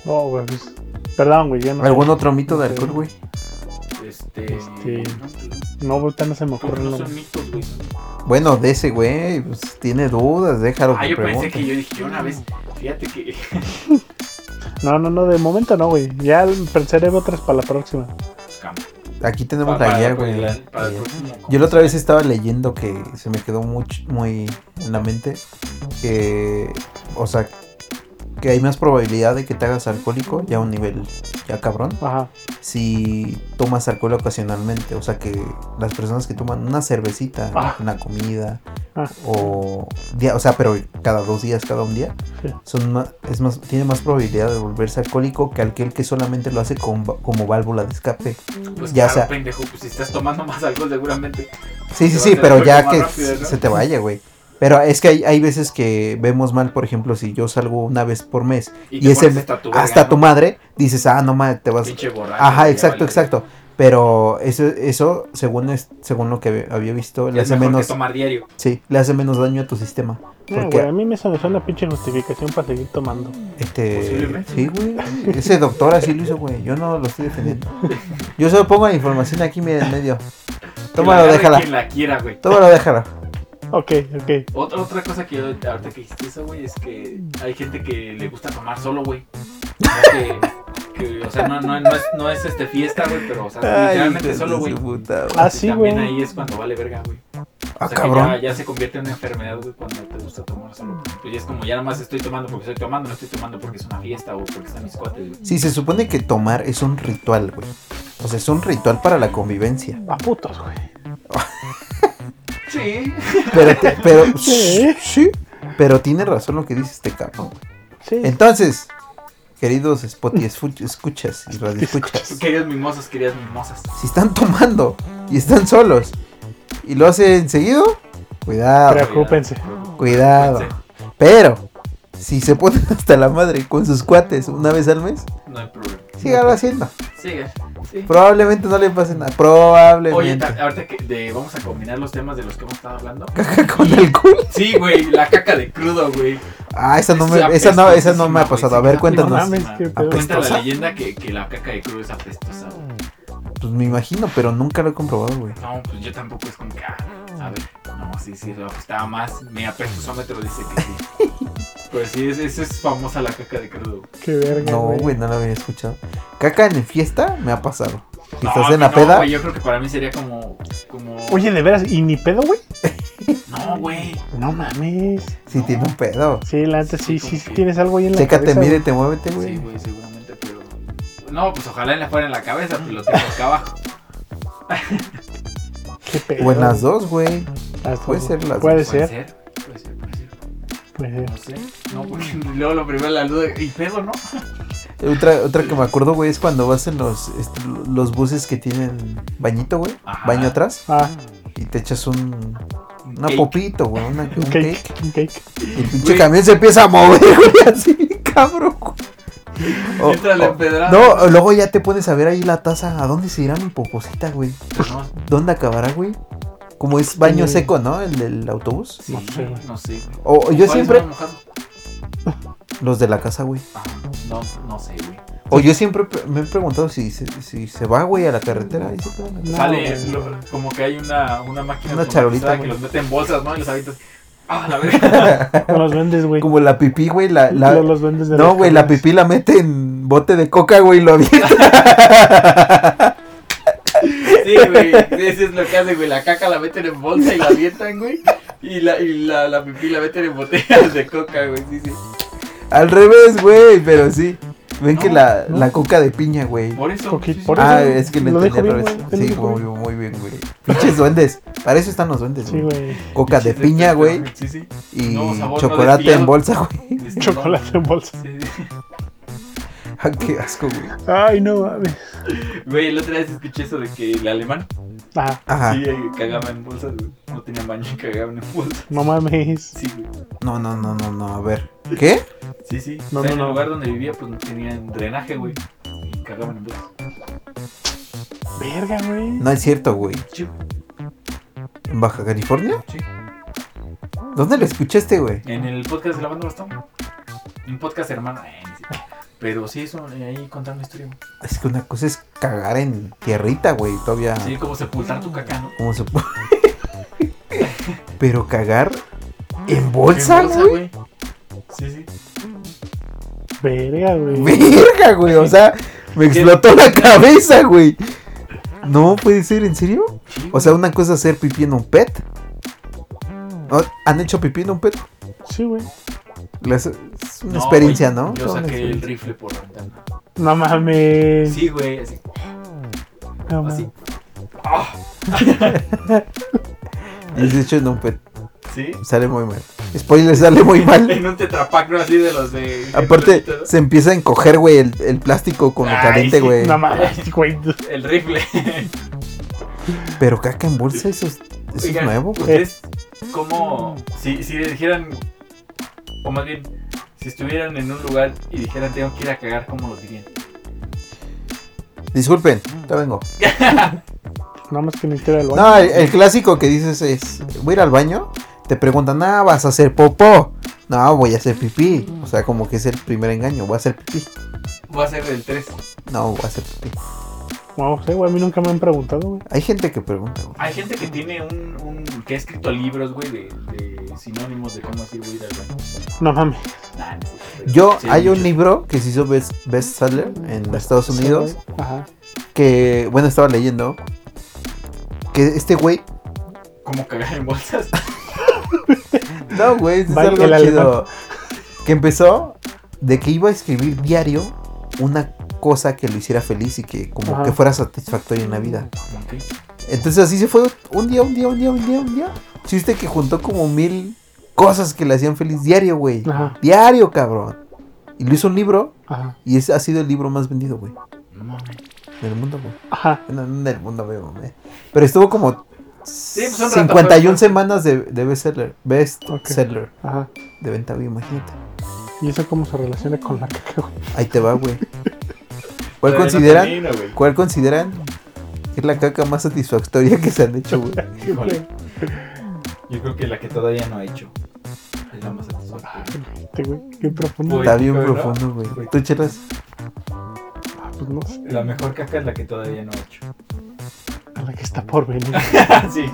Speaker 3: No, güey, pues, perdón, güey, yo no.
Speaker 2: ¿Algún otro mito de alcohol, güey?
Speaker 1: Este.
Speaker 3: Este,
Speaker 1: no, pues,
Speaker 3: No, ahorita no se me
Speaker 1: porque
Speaker 3: ocurre.
Speaker 1: no
Speaker 3: No,
Speaker 1: son mitos, güey.
Speaker 2: Bueno, de ese, güey, pues tiene dudas, déjalo
Speaker 1: Ah,
Speaker 2: que
Speaker 1: yo pensé
Speaker 2: pregunte.
Speaker 1: que yo dije, yo una vez, fíjate que.
Speaker 3: no, no, no, de momento no, güey. Ya pensaré otras para la próxima.
Speaker 2: Aquí tenemos
Speaker 1: Para-
Speaker 2: la guía,
Speaker 1: para-
Speaker 2: güey.
Speaker 1: para el- para el
Speaker 2: Eh,
Speaker 1: próximo.
Speaker 2: Yo la otra vez estaba leyendo que se me quedó muy, muy en la mente que, o sea, que que hay más probabilidad de que te hagas alcohólico ya a un nivel ya cabrón
Speaker 3: Ajá.
Speaker 2: si tomas alcohol ocasionalmente. O sea que las personas que toman una cervecita
Speaker 3: Ah.
Speaker 2: en la comida
Speaker 3: Ah.
Speaker 2: o día, o sea, pero cada dos días, cada un día,
Speaker 3: Sí.
Speaker 2: son ma- es más, tiene más probabilidad de volverse alcohólico que aquel que solamente lo hace con va- como válvula de escape.
Speaker 1: Pues
Speaker 2: Ya
Speaker 1: ya claro,
Speaker 2: sea-
Speaker 1: pendejo, pues si estás tomando más alcohol seguramente.
Speaker 2: Sí, sí,
Speaker 1: Te
Speaker 2: sí,
Speaker 1: vas a
Speaker 2: pero
Speaker 1: dar
Speaker 2: ya
Speaker 1: más
Speaker 2: que
Speaker 1: rápido, ¿no?
Speaker 2: se te vaya, güey. Pero es que hay, hay veces que vemos mal, por ejemplo, si yo salgo una vez por mes
Speaker 1: Y,
Speaker 2: y,
Speaker 1: te
Speaker 2: ese
Speaker 1: pones
Speaker 2: me-
Speaker 1: hasta tu,
Speaker 2: hasta tu madre, dices, ah, no mames, te vas,
Speaker 1: pinche borracho.
Speaker 2: Ajá,
Speaker 1: ya
Speaker 2: exacto,
Speaker 1: vale.
Speaker 2: exacto. Pero eso, eso según, es, según lo que había visto, le
Speaker 1: Es
Speaker 2: hace,
Speaker 1: mejor
Speaker 2: menos,
Speaker 1: que tomar diario.
Speaker 2: sí, le hace menos daño a tu sistema.
Speaker 3: No,
Speaker 2: Porque,
Speaker 3: Ah, güey, a mí me se me suena pinche justificación para seguir tomando.
Speaker 2: este,
Speaker 1: Posiblemente.
Speaker 2: sí, güey, ese doctor así lo hizo, güey, yo no lo estoy defendiendo. Yo solo pongo la información aquí mira, en medio. Tómalo,
Speaker 1: Que la agarre
Speaker 2: déjala,
Speaker 1: Quien la quiera, güey.
Speaker 2: tómalo, déjala.
Speaker 3: Ok, ok.
Speaker 1: Otra, otra cosa que yo, ahorita que dijiste eso, güey, es que hay gente que le gusta tomar solo, güey. O sea, que- que, o sea, no, no, no, es, no es este fiesta, güey, pero, o sea, literalmente solo, güey.
Speaker 3: Ah, sí, güey.
Speaker 1: También ahí es cuando vale verga, güey.
Speaker 2: Ah,
Speaker 1: O sea, que
Speaker 2: cabrón.
Speaker 1: Ya, ya se convierte en una enfermedad, güey, cuando te gusta tomar solo. Pues ya es como, ya nada más estoy tomando porque estoy tomando, no estoy tomando porque es una fiesta o porque están mis cuates, güey.
Speaker 2: Sí, se supone que tomar es un ritual, güey. O sea, es un ritual para la convivencia.
Speaker 3: A putos, güey.
Speaker 1: Sí.
Speaker 2: Pero, te- pero,
Speaker 3: Sí.
Speaker 2: sí, pero tiene razón lo que dice este cabrón.
Speaker 3: Sí.
Speaker 2: Entonces, queridos Spotify esfu- escuchas y radioescuchas,
Speaker 1: Querías mimosos, querías mimosas.
Speaker 2: si están tomando y están solos y lo hacen seguido, cuidado,
Speaker 3: Preocúpense.
Speaker 2: cuidado. Pero, si se ponen hasta la madre con sus cuates una vez al mes,
Speaker 1: No hay problema.
Speaker 2: síganlo haciendo.
Speaker 1: Sigue. Sí.
Speaker 2: Probablemente no le pase nada,
Speaker 1: Oye,
Speaker 2: probablemente.
Speaker 1: ta- ahorita que de- vamos a combinar los temas de los que hemos estado hablando.
Speaker 2: con alcohol.
Speaker 1: Sí, güey, la caca de crudo, güey.
Speaker 2: Ah, esa no me,
Speaker 1: Es
Speaker 2: esa no, esa no
Speaker 1: apestosísima,
Speaker 2: me ha
Speaker 1: güey,
Speaker 2: pasado. A
Speaker 1: sí,
Speaker 2: ver,
Speaker 1: no
Speaker 2: cuéntanos.
Speaker 3: mames, qué pedo.
Speaker 1: Cuenta la
Speaker 2: ¿Apestosa?
Speaker 1: leyenda que, que la caca de crudo es apestosa, güey.
Speaker 2: Pues me imagino, pero nunca lo he comprobado, güey.
Speaker 1: No, pues yo tampoco es como que, ah, a ver, no, sí, sí, lo apestaba más. Mi apestosómetro dice que sí. Pero sí, es, es, es famosa la caca de crudo.
Speaker 3: Qué verga,
Speaker 2: No,
Speaker 3: güey.
Speaker 2: güey, no lo había escuchado. Caca en fiesta me ha pasado. Si
Speaker 1: No,
Speaker 2: estás en
Speaker 1: no,
Speaker 2: la peda,
Speaker 1: güey, yo creo que para mí sería como. como...
Speaker 3: Oye, de veras, ¿y ni pedo, güey?
Speaker 1: No, güey.
Speaker 3: No mames.
Speaker 2: si tiene un pedo.
Speaker 3: Sí, la antes sí, sí, sí tienes algo ahí en la
Speaker 2: Chécate,
Speaker 3: cabeza,
Speaker 2: mírete, muévete,
Speaker 1: Sí,
Speaker 2: güey.
Speaker 1: güey, seguramente, pero. No, pues ojalá le fuera en la cabeza, pues lo tengo acá abajo.
Speaker 3: güey. Qué pedo.
Speaker 2: O en las dos, güey.
Speaker 3: Las dos,
Speaker 2: puede
Speaker 3: güey.
Speaker 2: ser las
Speaker 3: Puede
Speaker 1: Puede
Speaker 3: ser.
Speaker 1: ser, puede ser, puede ser.
Speaker 3: puede ser.
Speaker 1: No sé. No, porque luego lo primero la duda. Y pedo, ¿no?
Speaker 2: Otra, otra que me acuerdo, güey, es cuando vas en los, este, los buses que tienen bañito, güey.
Speaker 1: Ajá.
Speaker 2: Baño atrás.
Speaker 3: Ah,
Speaker 2: Y te echas un. Una
Speaker 1: Cake.
Speaker 2: popito, güey. Una, un
Speaker 3: un
Speaker 2: cake.
Speaker 3: cake, un cake.
Speaker 2: Y el pinche
Speaker 1: Güey.
Speaker 2: camión se empieza a mover, güey. Así, cabrón, güey. O-
Speaker 1: Entra la
Speaker 2: o-
Speaker 1: empedrada.
Speaker 2: no, o luego ya te pones a ver ahí la taza. ¿A dónde se irá mi poposita, güey?
Speaker 1: Pero no,
Speaker 2: ¿Dónde acabará, güey? Como es baño
Speaker 3: Sí.
Speaker 2: seco, ¿no? El del autobús.
Speaker 1: sí,
Speaker 3: No sé, güey.
Speaker 1: no sé, güey.
Speaker 2: O o yo
Speaker 1: ¿Cuáles
Speaker 2: siempre.
Speaker 1: son los mojados?
Speaker 2: Los de la casa, güey.
Speaker 1: Ah, No, no sé, güey.
Speaker 2: O yo siempre pre- me he preguntado si se, si se va, güey, a la carretera. y se queda en la-
Speaker 3: No,
Speaker 1: Sale
Speaker 3: güey.
Speaker 1: lo- como que hay una, una máquina
Speaker 2: Una
Speaker 1: automatizada
Speaker 2: charolita,
Speaker 1: que
Speaker 2: güey.
Speaker 1: los mete en bolsas, ¿no? Y los habitas. Ah, la verga.
Speaker 3: No los vendes, güey.
Speaker 2: Como la pipí, güey. La, la-
Speaker 3: Los- los vendes de
Speaker 2: No,
Speaker 3: las
Speaker 2: güey, la
Speaker 3: cabinas.
Speaker 2: pipí la mete en bote de coca, güey, y lo avienta.
Speaker 1: Sí, güey. Eso es lo que hace, güey. La caca la meten en bolsa y la avientan, güey. Y la, y la, la pipí la meten en botellas de coca, güey. Sí, sí.
Speaker 2: Al revés, güey, pero sí. Ven que
Speaker 1: No,
Speaker 2: la,
Speaker 3: no.
Speaker 2: la coca de piña, güey.
Speaker 1: Por eso.
Speaker 3: Ok,
Speaker 1: sí, sí.
Speaker 3: por eso.
Speaker 2: Ah, es que le
Speaker 3: Lo
Speaker 2: entendí al
Speaker 3: dijo
Speaker 2: revés.
Speaker 3: bien,
Speaker 2: Sí,
Speaker 3: güey, lo dijo
Speaker 2: muy, muy bien, güey. Pinches duendes. Para eso están los duendes,
Speaker 3: Sí,
Speaker 2: güey.
Speaker 3: güey.
Speaker 2: coca de
Speaker 1: Sí, sí,
Speaker 2: piña,
Speaker 1: sí,
Speaker 2: güey.
Speaker 1: Sí, sí.
Speaker 2: Y
Speaker 1: No, sabor no
Speaker 2: chocolate
Speaker 1: despillado.
Speaker 2: en bolsa, güey.
Speaker 1: Este,
Speaker 3: Chocolate
Speaker 1: no,
Speaker 3: en bolsa.
Speaker 1: sí, sí.
Speaker 2: Ah, qué asco, güey.
Speaker 3: Ay, no mames.
Speaker 1: Güey, la otra vez escuché eso de que el alemán
Speaker 3: Ah,
Speaker 2: Ajá.
Speaker 1: sí eh, cagaba en bolsas, güey. No tenía baño y cagaban en bolsas.
Speaker 3: no mames.
Speaker 1: Sí, güey.
Speaker 2: No, no, no, no, no. A ver. ¿Qué?
Speaker 1: Sí, sí.
Speaker 3: No,
Speaker 1: O sea,
Speaker 3: no,
Speaker 1: en
Speaker 3: no.
Speaker 1: el lugar donde vivía, pues no tenían drenaje, güey. Y cagaban en bolsas.
Speaker 3: Verga, güey.
Speaker 2: No es cierto, güey.
Speaker 1: Sí,
Speaker 2: ¿En Baja California?
Speaker 1: sí.
Speaker 2: ¿Dónde lo escuchaste, güey?
Speaker 1: En el podcast de la banda bastón. Un podcast hermano. eh, ni siquiera. Pero sí, eso, eh, ahí contar una historia. güey.
Speaker 2: Es que una cosa es cagar en tierrita, güey. Todavía.
Speaker 1: Sí, como sepultar tu caca, ¿no?
Speaker 2: ¿Cómo se puede? Pero cagar en bolsa,
Speaker 1: En
Speaker 2: güey.
Speaker 1: Sí, sí.
Speaker 3: Verga, güey.
Speaker 2: Verga, güey. O sea, me explotó la cabeza, güey. No puede ser, ¿en serio?
Speaker 1: Sí,
Speaker 2: O sea, una cosa es hacer pipí en un pet. ¿No? ¿Han hecho pipí en un pet?
Speaker 3: Sí, güey.
Speaker 2: Las- es una experiencia, ¿no?
Speaker 5: Yo
Speaker 2: Toda una
Speaker 5: saqué el
Speaker 2: experiencia.
Speaker 5: rifle por la ventana.
Speaker 3: No mames.
Speaker 1: Sí, güey, así.
Speaker 3: No mames.
Speaker 1: así. Ah,
Speaker 2: Y de hecho, no, pe-
Speaker 1: ¿Sí?
Speaker 2: sale muy mal. Spoiler, sale muy mal.
Speaker 1: En un tetrapack, ¿no? Así de los de.
Speaker 2: Aparte, se empieza a encoger, güey, el, el plástico con lo
Speaker 1: Ay,
Speaker 2: caliente,
Speaker 1: sí,
Speaker 2: güey.
Speaker 3: No mames, güey.
Speaker 1: El rifle.
Speaker 2: Pero caca en bolsa, eso es, eso es
Speaker 1: Oigan,
Speaker 2: nuevo, güey.
Speaker 1: ¿Ustedes cómo? Si, si dijeran, o más bien, si estuvieran en un lugar y dijeran tengo que ir a cagar, ¿cómo lo dirían?
Speaker 2: Disculpen, ya vengo.
Speaker 3: Nada más que necesito ir al baño.
Speaker 2: No, eh. el, el clásico que dices es, voy a ir al baño, te preguntan, ah, vas a hacer popó. No, voy a hacer pipí. O sea, como que es el primer engaño, voy a hacer pipí.
Speaker 1: Voy a hacer el 3.
Speaker 2: No, voy a hacer pipí.
Speaker 3: No sé, güey, a mí nunca me han preguntado, güey.
Speaker 2: Hay gente que pregunta, güey.
Speaker 1: Hay gente que tiene un, un que ha escrito libros, güey, de, de sinónimos de cómo así ir al baño.
Speaker 3: No mames.
Speaker 1: Nah, no sé, pero
Speaker 2: Yo,
Speaker 1: sí,
Speaker 2: hay un
Speaker 1: mucho.
Speaker 2: libro que se hizo best, bestseller en Estados Unidos,
Speaker 3: Ajá.
Speaker 2: que, bueno, estaba leyendo, que este güey...
Speaker 1: ¿Cómo cagar en bolsas?
Speaker 2: No, güey, es
Speaker 3: Vaya,
Speaker 2: algo
Speaker 3: el alemán.
Speaker 2: chido. Que empezó de que iba a escribir diario una cosa que lo hiciera feliz y que como
Speaker 3: Ajá.
Speaker 2: que fuera satisfactoria en la vida.
Speaker 1: Ok.
Speaker 2: Entonces así se fue un día, un día, un día, un día, un día. Chiste que juntó como mil cosas que le hacían feliz diario, güey.
Speaker 3: Ajá.
Speaker 2: Diario, cabrón. Y lo hizo un libro
Speaker 3: Ajá.
Speaker 2: y ese ha sido el libro más vendido, güey.
Speaker 1: No mames.
Speaker 2: En el mundo, güey.
Speaker 3: Ajá.
Speaker 2: No, no en el mundo, güey, güey. Pero estuvo como
Speaker 1: pues son
Speaker 2: 51
Speaker 1: ratas,
Speaker 2: semanas de, de bestseller. Bestseller
Speaker 3: Ok. Ajá.
Speaker 2: de venta, güey, imagínate.
Speaker 3: ¿Y eso cómo se relaciona con la caca, güey?
Speaker 2: Ahí te va, güey. ¿Cuál
Speaker 1: Todavía no
Speaker 2: consideran?
Speaker 1: termino, güey.
Speaker 2: ¿Cuál consideran? que Es la caca más satisfactoria que se han hecho, güey.
Speaker 1: Híjole. Yo creo que la que todavía no he hecho. Es la más satisfactoria.
Speaker 3: Este, güey, qué profundo.
Speaker 1: Güey.
Speaker 2: Está bien
Speaker 1: ¿verdad?
Speaker 2: profundo, güey. ¿Tú chelas?
Speaker 3: Ah, pues no sé.
Speaker 1: La mejor caca es la que todavía no he hecho.
Speaker 3: A la que está por venir.
Speaker 1: sí.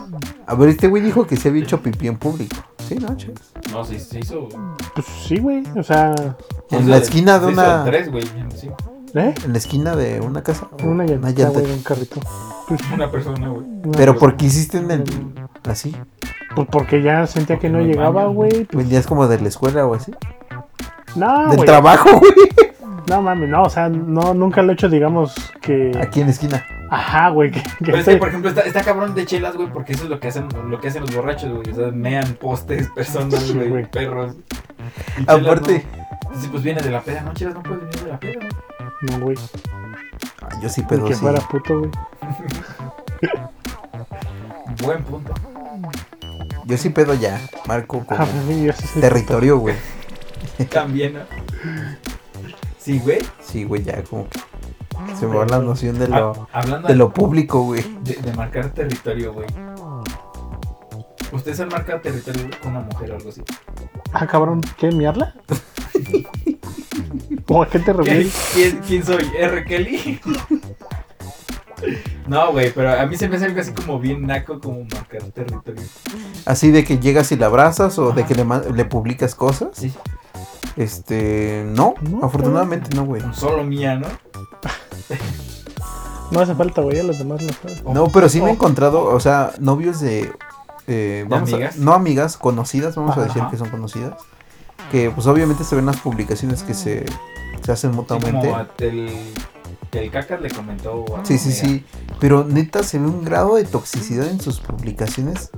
Speaker 2: A ver, este güey dijo que se había hecho pipí en público. Sí, ¿no? Chelas?
Speaker 1: No, sí, se hizo.
Speaker 3: Pues sí, güey. O sea,
Speaker 2: En la esquina de una.
Speaker 1: Tres, güey. sí.
Speaker 3: ¿eh?
Speaker 2: En la esquina de una casa.
Speaker 3: Una llanta,
Speaker 2: llanta.
Speaker 3: güey, de un carrito. Pues,
Speaker 1: Una persona, güey.
Speaker 3: Una-
Speaker 2: Pero porque hiciste en el. Así.
Speaker 3: Pues porque ya sentía
Speaker 1: Porque
Speaker 3: que no
Speaker 1: no hay
Speaker 3: llegaba,
Speaker 1: baño, ¿no?
Speaker 3: güey. Pues,
Speaker 2: Vendías como de la escuela o así. Del
Speaker 3: no, Ah, güey.
Speaker 2: trabajo, güey.
Speaker 3: No mames, no, o sea, no, nunca lo he hecho, digamos, que.
Speaker 2: Aquí en la esquina.
Speaker 3: Ajá, güey. Que, que
Speaker 1: Pero es
Speaker 3: estoy-
Speaker 1: que, por ejemplo, está, está cabrón de chelas, güey, porque eso es lo que hacen, lo que hacen los borrachos, güey. O sea, mean postes, personas,
Speaker 3: Sí,
Speaker 1: güey,
Speaker 3: güey.
Speaker 1: perros. Y chelas,
Speaker 2: Aparte.
Speaker 1: no. Sí, pues viene de la peda, no, chelas, no puedes venir de la peda, güey.
Speaker 3: No, güey.
Speaker 2: Ah, Yo sí,
Speaker 3: Pero
Speaker 2: pero
Speaker 3: que
Speaker 2: sí.
Speaker 3: fuera puto, güey.
Speaker 1: Buen punto.
Speaker 2: Yo sí pedo ya. Marco como
Speaker 3: Ah, mami, yo sí soy
Speaker 2: territorio, güey.
Speaker 1: También, ¿no? Sí, güey.
Speaker 2: Sí, güey, ya como que se me va la noción de lo,
Speaker 1: Ha- hablando
Speaker 2: de lo público, güey.
Speaker 1: de, de marcar territorio, güey. ¿Ustedes han marcado territorio güey, con una mujer o algo así?
Speaker 3: puto. Ah, cabrón, ¿qué? ¿Miarla? ¿O a qué te
Speaker 1: ¿Quién,
Speaker 3: refieres?
Speaker 1: quién- quién soy? ¿R. Kelly? No, güey, pero a mí se me hace algo así como bien naco, como marcar territorio.
Speaker 2: Así de que llegas y la abrazas o de que le, ma- le publicas cosas.
Speaker 1: Sí.
Speaker 2: Este, no,
Speaker 3: No, pues,
Speaker 2: afortunadamente no, güey.
Speaker 1: Con Solo mía, ¿no?
Speaker 3: No hace falta, güey, a los demás lo saben.
Speaker 2: No, pero sí me he
Speaker 3: Oh.
Speaker 2: encontrado, o sea, novios de... eh, vamos a-
Speaker 1: amigas?
Speaker 2: no amigas, conocidas, vamos a
Speaker 3: Ajá.
Speaker 2: decir que son conocidas. Que pues obviamente se ven las publicaciones que se, se hacen
Speaker 1: Sí,
Speaker 2: mutuamente.
Speaker 1: como el, el cacas le comentó. a
Speaker 2: Sí, sí,
Speaker 1: Omega.
Speaker 2: sí. Pero neta se ve un grado de toxicidad en sus publicaciones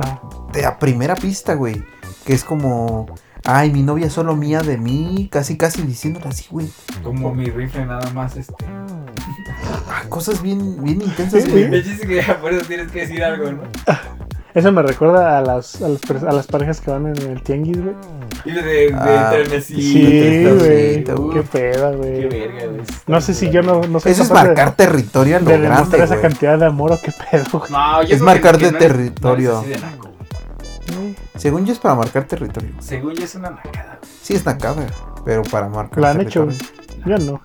Speaker 3: Ah,
Speaker 2: de a primera pista, güey. Que es como, ay, mi novia solo mía de mí, casi, casi diciéndole así, güey.
Speaker 1: Como mi rifle nada más, este.
Speaker 2: Ah, cosas bien, bien intensas,
Speaker 3: Sí,
Speaker 2: güey.
Speaker 1: El chiste es que por eso tienes que decir algo, ¿no?
Speaker 3: Eso me recuerda a las, a las, pers- a las parejas que van en el tianguis, güey.
Speaker 1: Y de, de
Speaker 2: Ah,
Speaker 1: trenesí,
Speaker 3: Sí,
Speaker 1: de
Speaker 3: güey.
Speaker 1: trenesí,
Speaker 2: güey.
Speaker 3: Qué
Speaker 1: uf,
Speaker 3: peda,
Speaker 1: Qué
Speaker 3: güey.
Speaker 1: verga, güey.
Speaker 3: No sé si yo no, no soy
Speaker 2: Eso es
Speaker 3: capaz de-
Speaker 2: marcar territorio a lo
Speaker 3: de, demostrar
Speaker 2: grande,
Speaker 3: esa
Speaker 2: güey.
Speaker 3: cantidad de amor o qué pedo, güey.
Speaker 1: No, yo
Speaker 2: Es
Speaker 1: creo
Speaker 2: marcar
Speaker 1: que
Speaker 2: de
Speaker 1: no es-
Speaker 2: territorio.
Speaker 1: no es así de naco, güey.
Speaker 2: Según yo es para marcar territorio.
Speaker 1: Según yo es una nacada. güey.
Speaker 2: Sí es nacada, pero para marcar
Speaker 3: La han hecho,
Speaker 2: territorio.
Speaker 3: güey. Yo no.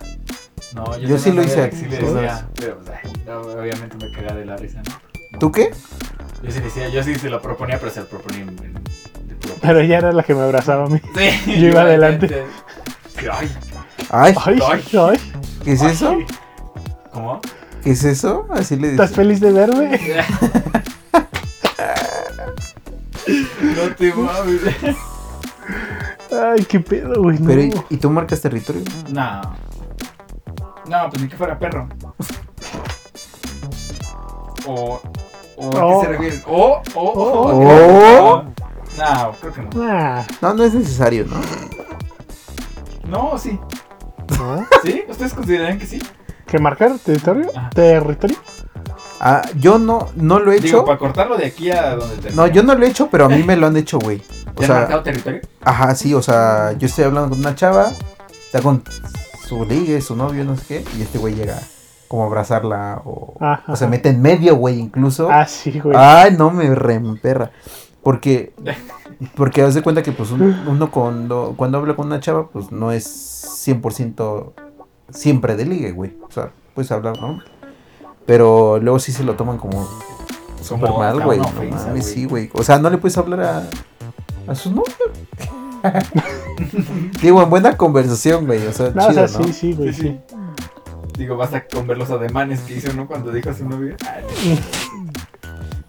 Speaker 1: No, yo,
Speaker 2: Yo sí
Speaker 1: tenía
Speaker 2: lo
Speaker 1: una
Speaker 2: hice
Speaker 1: novia que Sí le
Speaker 2: aquí,
Speaker 1: decía, pero, o sea, no, obviamente me cagaba de la risa, ¿no?
Speaker 2: ¿Tú qué?
Speaker 1: Yo sí decía, yo sí se lo proponía, pero se lo proponía en, en- de puro.
Speaker 3: Pero ella era la que me abrazaba a mí.
Speaker 1: Sí,
Speaker 3: Yo iba adelante.
Speaker 1: Sí, Ay,
Speaker 2: Ay,
Speaker 3: Ay,
Speaker 1: Ay.
Speaker 3: ay,
Speaker 2: ¿qué es
Speaker 1: ay.
Speaker 2: eso?
Speaker 1: ¿Cómo?
Speaker 2: ¿Qué es eso? Así le
Speaker 3: ¿estás
Speaker 2: dice.
Speaker 3: feliz de verme?
Speaker 1: no te mames.
Speaker 3: Ay, qué pedo, güey. No.
Speaker 2: Pero, ¿y- ¿y tú marcas territorio?
Speaker 1: No. No, pues ni que fuera perro. O. O, ¿a
Speaker 3: Oh.
Speaker 1: ¿Qué se refieren? O, o, o,
Speaker 3: Oh.
Speaker 1: o, o. No, creo que no.
Speaker 3: Ah,
Speaker 2: No, no es necesario, ¿no?
Speaker 1: No, sí.
Speaker 3: ¿no?
Speaker 1: ¿Sí? ¿Ustedes consideran que sí?
Speaker 3: ¿Qué marcar? ¿Territorio?
Speaker 1: Ajá.
Speaker 3: ¿Territorio?
Speaker 2: Ah, yo no, no lo he
Speaker 1: Digo,
Speaker 2: hecho.
Speaker 1: para cortarlo de aquí a donde te.
Speaker 2: No, yo no lo he hecho, pero a mí me lo han hecho, güey.
Speaker 1: ¿Ya
Speaker 2: O
Speaker 1: han
Speaker 2: sea,
Speaker 1: marcado territorio?
Speaker 2: ajá, sí, o sea, yo estoy hablando con una chava, está con su ligue, su novio, no sé qué, y este güey llega como a abrazarla o,
Speaker 3: Ajá.
Speaker 2: o se mete en medio, güey, incluso.
Speaker 3: Ah, sí, güey.
Speaker 2: Ay, no me remperra. Porque, porque haz de cuenta que pues un- uno cuando, cuando habla con una chava, pues no es 100% siempre de ligue, güey. O sea, puedes hablar, ¿no? Pero luego sí se lo toman como súper
Speaker 1: Como
Speaker 2: mal,
Speaker 1: hasta
Speaker 2: güey.
Speaker 1: una
Speaker 2: No
Speaker 1: ofensa,
Speaker 2: mames,
Speaker 1: güey.
Speaker 2: sí, güey. O sea, no le puedes hablar a, a su novio. Digo, en buena conversación, güey. O sea,
Speaker 3: No, o
Speaker 2: chido,
Speaker 3: sea,
Speaker 2: ¿no?
Speaker 3: sí, sí, güey,
Speaker 1: Sí,
Speaker 3: sí.
Speaker 1: Digo, basta con ver los ademanes que hizo, ¿no? Cuando dijo a su "Ah, novia. "Ay,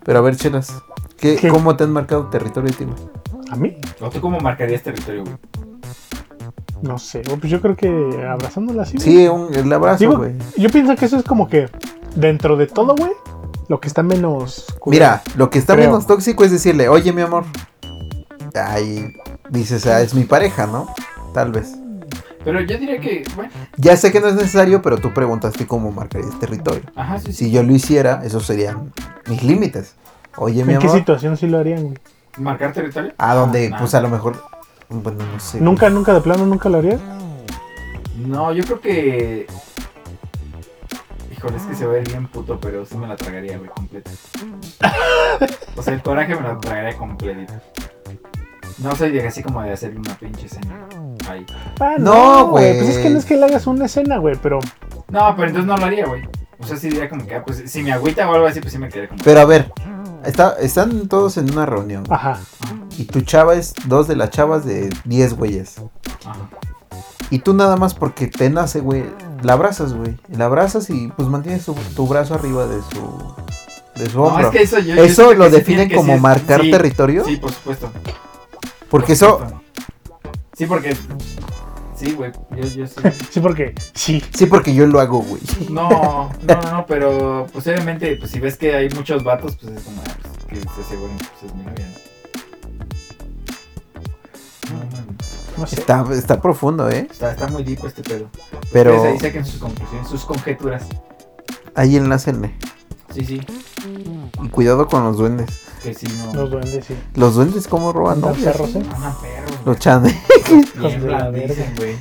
Speaker 2: Pero a ver, chelas. ¿qué,
Speaker 3: ¿Qué?
Speaker 2: ¿Cómo te han marcado territorio a ti, güey?
Speaker 3: ¿A mí?
Speaker 1: ¿O tú cómo marcarías territorio, güey?
Speaker 3: No sé, güey, pues yo creo que abrazándola así. güey.
Speaker 2: Sí, un, el abrazo,
Speaker 3: Digo,
Speaker 2: güey.
Speaker 3: yo pienso que eso es como que dentro de todo, güey, lo que está menos. culero.
Speaker 2: Mira, lo que está
Speaker 3: Creo.
Speaker 2: menos tóxico es decirle, oye, mi amor. Ay, dices, ah, es mi pareja, ¿no? Tal vez.
Speaker 1: Pero yo diría que, bueno,
Speaker 2: Ya sé que no es necesario, pero tú preguntaste cómo marcarías territorio.
Speaker 1: ajá, sí, sí.
Speaker 2: Si yo lo hiciera, esos serían mis límites. Oye, mi
Speaker 3: ¿En qué
Speaker 2: amor.
Speaker 3: situación sí lo harían, güey?
Speaker 1: ¿Marcar territorio?
Speaker 2: A donde,
Speaker 1: Ah,
Speaker 2: pues a lo mejor. Bueno, no sé.
Speaker 3: ¿Nunca, nunca de plano, nunca lo harían?
Speaker 1: No, yo creo que. Híjole, es que se va a ir bien puto, pero sí me la tragaría, güey, completa. O sea, el coraje me la tragaría completita. No soy de así como de hacerle una pinche escena. Ahí.
Speaker 3: Ah,
Speaker 2: No,
Speaker 3: Pues es
Speaker 2: güey.
Speaker 3: que no es que le hagas una escena, güey, pero.
Speaker 1: No, pero entonces no lo haría, güey. O sea, sí diría como que, ah, pues si me agüita o algo así, pues sí me quedaría como.
Speaker 2: Pero a ver, está, están todos en una reunión.
Speaker 3: Ajá.
Speaker 1: ah,
Speaker 2: Y tu chava es dos de las chavas de 10 güeyes.
Speaker 1: Ajá.
Speaker 2: Y tú nada más porque te nace, güey,
Speaker 3: Ah.
Speaker 2: la abrazas, güey. La abrazas y pues mantienes tu, tu brazo arriba de su, de su
Speaker 1: No,
Speaker 2: hombro.
Speaker 1: es que eso yo. yo siento
Speaker 2: ¿Eso
Speaker 1: que
Speaker 2: lo
Speaker 1: sí tiene
Speaker 2: definen
Speaker 1: que
Speaker 2: como
Speaker 1: sí-
Speaker 2: marcar
Speaker 1: sí,
Speaker 2: territorio?
Speaker 1: Sí, por supuesto. por
Speaker 2: porque eso,
Speaker 1: supuesto. Sí, porque. Sí, güey. Yo, yo sí.
Speaker 3: Sí, porque. Sí.
Speaker 2: sí, porque yo lo hago, güey.
Speaker 1: No, no, no, pero pues obviamente, pues si ves que hay muchos vatos, pues es como, ah, pues, que se aseguren que pues, es mi novia, ¿no? No, no, no.
Speaker 3: No sé.
Speaker 2: Está, está profundo, ¿eh?
Speaker 1: Está, está muy deep este pedo.
Speaker 2: Pero
Speaker 1: Ustedes ahí saquen sus conclusiones, sus conjeturas.
Speaker 2: ahí enlácenle.
Speaker 1: Sí, sí,
Speaker 2: Y cuidado con los duendes.
Speaker 1: que si no.
Speaker 3: Los duendes, sí.
Speaker 2: Los duendes, ¿cómo roban
Speaker 3: Andan
Speaker 2: novias?
Speaker 3: perros, ¿eh?
Speaker 1: Ah, perros.
Speaker 2: Los chanes.
Speaker 3: hijos de la
Speaker 1: Tiemblan, dicen, güey.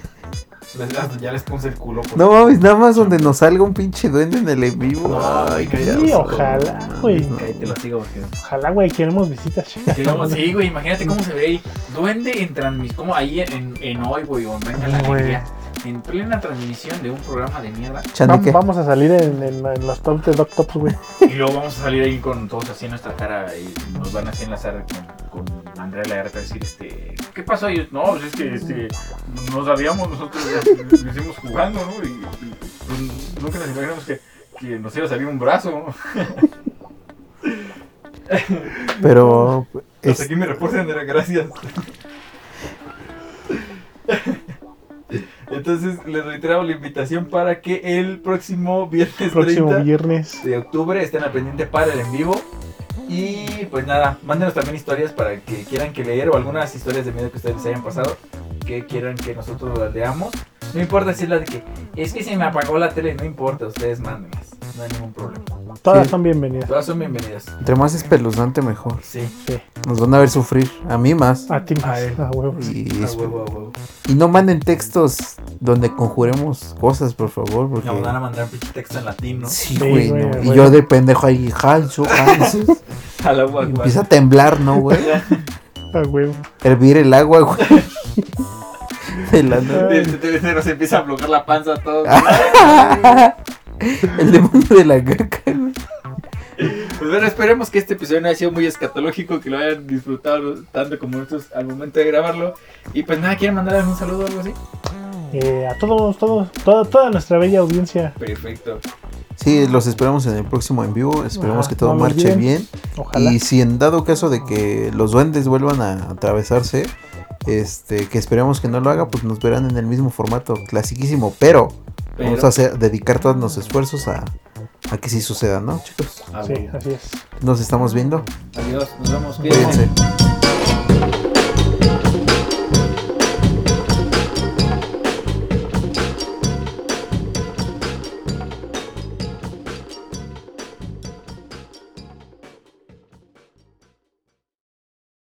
Speaker 1: Les- las- Ya les puse el culo. por-
Speaker 2: No mames, nada más donde nos salga un pinche duende en el en vivo.
Speaker 1: No,
Speaker 2: Ay,
Speaker 1: sí,
Speaker 2: callados.
Speaker 3: ojalá,
Speaker 2: No,
Speaker 3: güey.
Speaker 2: no.
Speaker 1: Cállate lo sigo porque.
Speaker 3: Ojalá, güey, queremos visitas. chicas.
Speaker 1: Sí, vamos, Sí, güey, imagínate cómo se ve ahí. Duende en transmisión, como ahí en, en hoy, güey, o en Venga la
Speaker 3: Güey.
Speaker 1: Alegría, En plena transmisión de un programa de mierda.
Speaker 3: Vam-
Speaker 2: Chaneque.
Speaker 3: Vamos a salir en, en- en los tops de Doc Tops, güey.
Speaker 1: Y luego vamos a salir ahí con todos así en nuestra cara y nos van así a enlazar con, con Andrea Lagarta y decir, este, ¿qué pasó? Y yo, no, pues es que este, no sabíamos, nosotros lo hicimos jugando, ¿no? Y, y, pues, nunca nos imaginamos que, que nos iba a salir un brazo. ¿no?
Speaker 2: Pero.
Speaker 1: Hasta
Speaker 2: es-
Speaker 1: aquí me reporte Andrea, gracias. Entonces, les reiteramos la invitación para que el próximo viernes
Speaker 3: Próximo
Speaker 1: 30
Speaker 3: viernes.
Speaker 1: de octubre estén al pendiente para el en vivo. Y pues nada, mándenos también historias para que quieran que leer o algunas historias de miedo que ustedes les hayan pasado, que quieran que nosotros las leamos. No importa si es la de que es que se me apagó la tele, no importa, ustedes mándenlas, no hay ningún problema.
Speaker 3: Todas
Speaker 2: Sí.
Speaker 3: son bienvenidas.
Speaker 1: Todas son bienvenidas.
Speaker 2: Entre más espeluznante, mejor.
Speaker 1: Sí,
Speaker 2: Nos van a ver sufrir. A mí más.
Speaker 3: A ti más.
Speaker 1: A él.
Speaker 3: A huevos.
Speaker 2: Y,
Speaker 1: a huevo, a huevo.
Speaker 2: y no manden textos donde conjuremos cosas, por favor. Porque...
Speaker 1: Nos van a mandar un pinche texto en latino.
Speaker 2: Sí,
Speaker 3: Sí,
Speaker 2: güey.
Speaker 3: güey,
Speaker 2: no.
Speaker 3: a
Speaker 2: Y
Speaker 3: huevo.
Speaker 2: yo de pendejo ahí, Hansu, Hansu.
Speaker 1: Al
Speaker 2: y
Speaker 1: agua,
Speaker 2: empieza a temblar, ¿no, güey?
Speaker 3: A huevo.
Speaker 2: Hervir el agua, güey. De la nada.
Speaker 1: Nos empieza a bloquear la panza a todos.
Speaker 2: Ah. El demonio de la caca. güey.
Speaker 1: Pues bueno, esperemos que este episodio no haya sido muy escatológico, que lo hayan disfrutado tanto como nosotros al momento de grabarlo. Y pues nada, ¿quieren mandarles un saludo o algo así?
Speaker 3: Eh, a todos, todos, toda, toda nuestra bella audiencia.
Speaker 1: Perfecto.
Speaker 2: Sí, los esperamos en el próximo en vivo. Esperemos
Speaker 3: Ajá,
Speaker 2: que todo
Speaker 3: Ah, vamos
Speaker 2: marche
Speaker 3: bien.
Speaker 2: bien.
Speaker 3: Ojalá.
Speaker 2: Y si en dado caso de que los duendes vuelvan a atravesarse, Este, que esperemos que no lo haga, pues nos verán en el mismo formato clasiquísimo, pero,
Speaker 4: Pero-
Speaker 2: vamos a hacer- dedicar todos los esfuerzos a, a que sí suceda, ¿no, chicos?
Speaker 4: Ah,
Speaker 3: Sí,
Speaker 4: bueno.
Speaker 3: así es.
Speaker 2: Nos estamos viendo.
Speaker 4: Adiós, nos vemos.
Speaker 2: Cuídense.
Speaker 4: cuídense.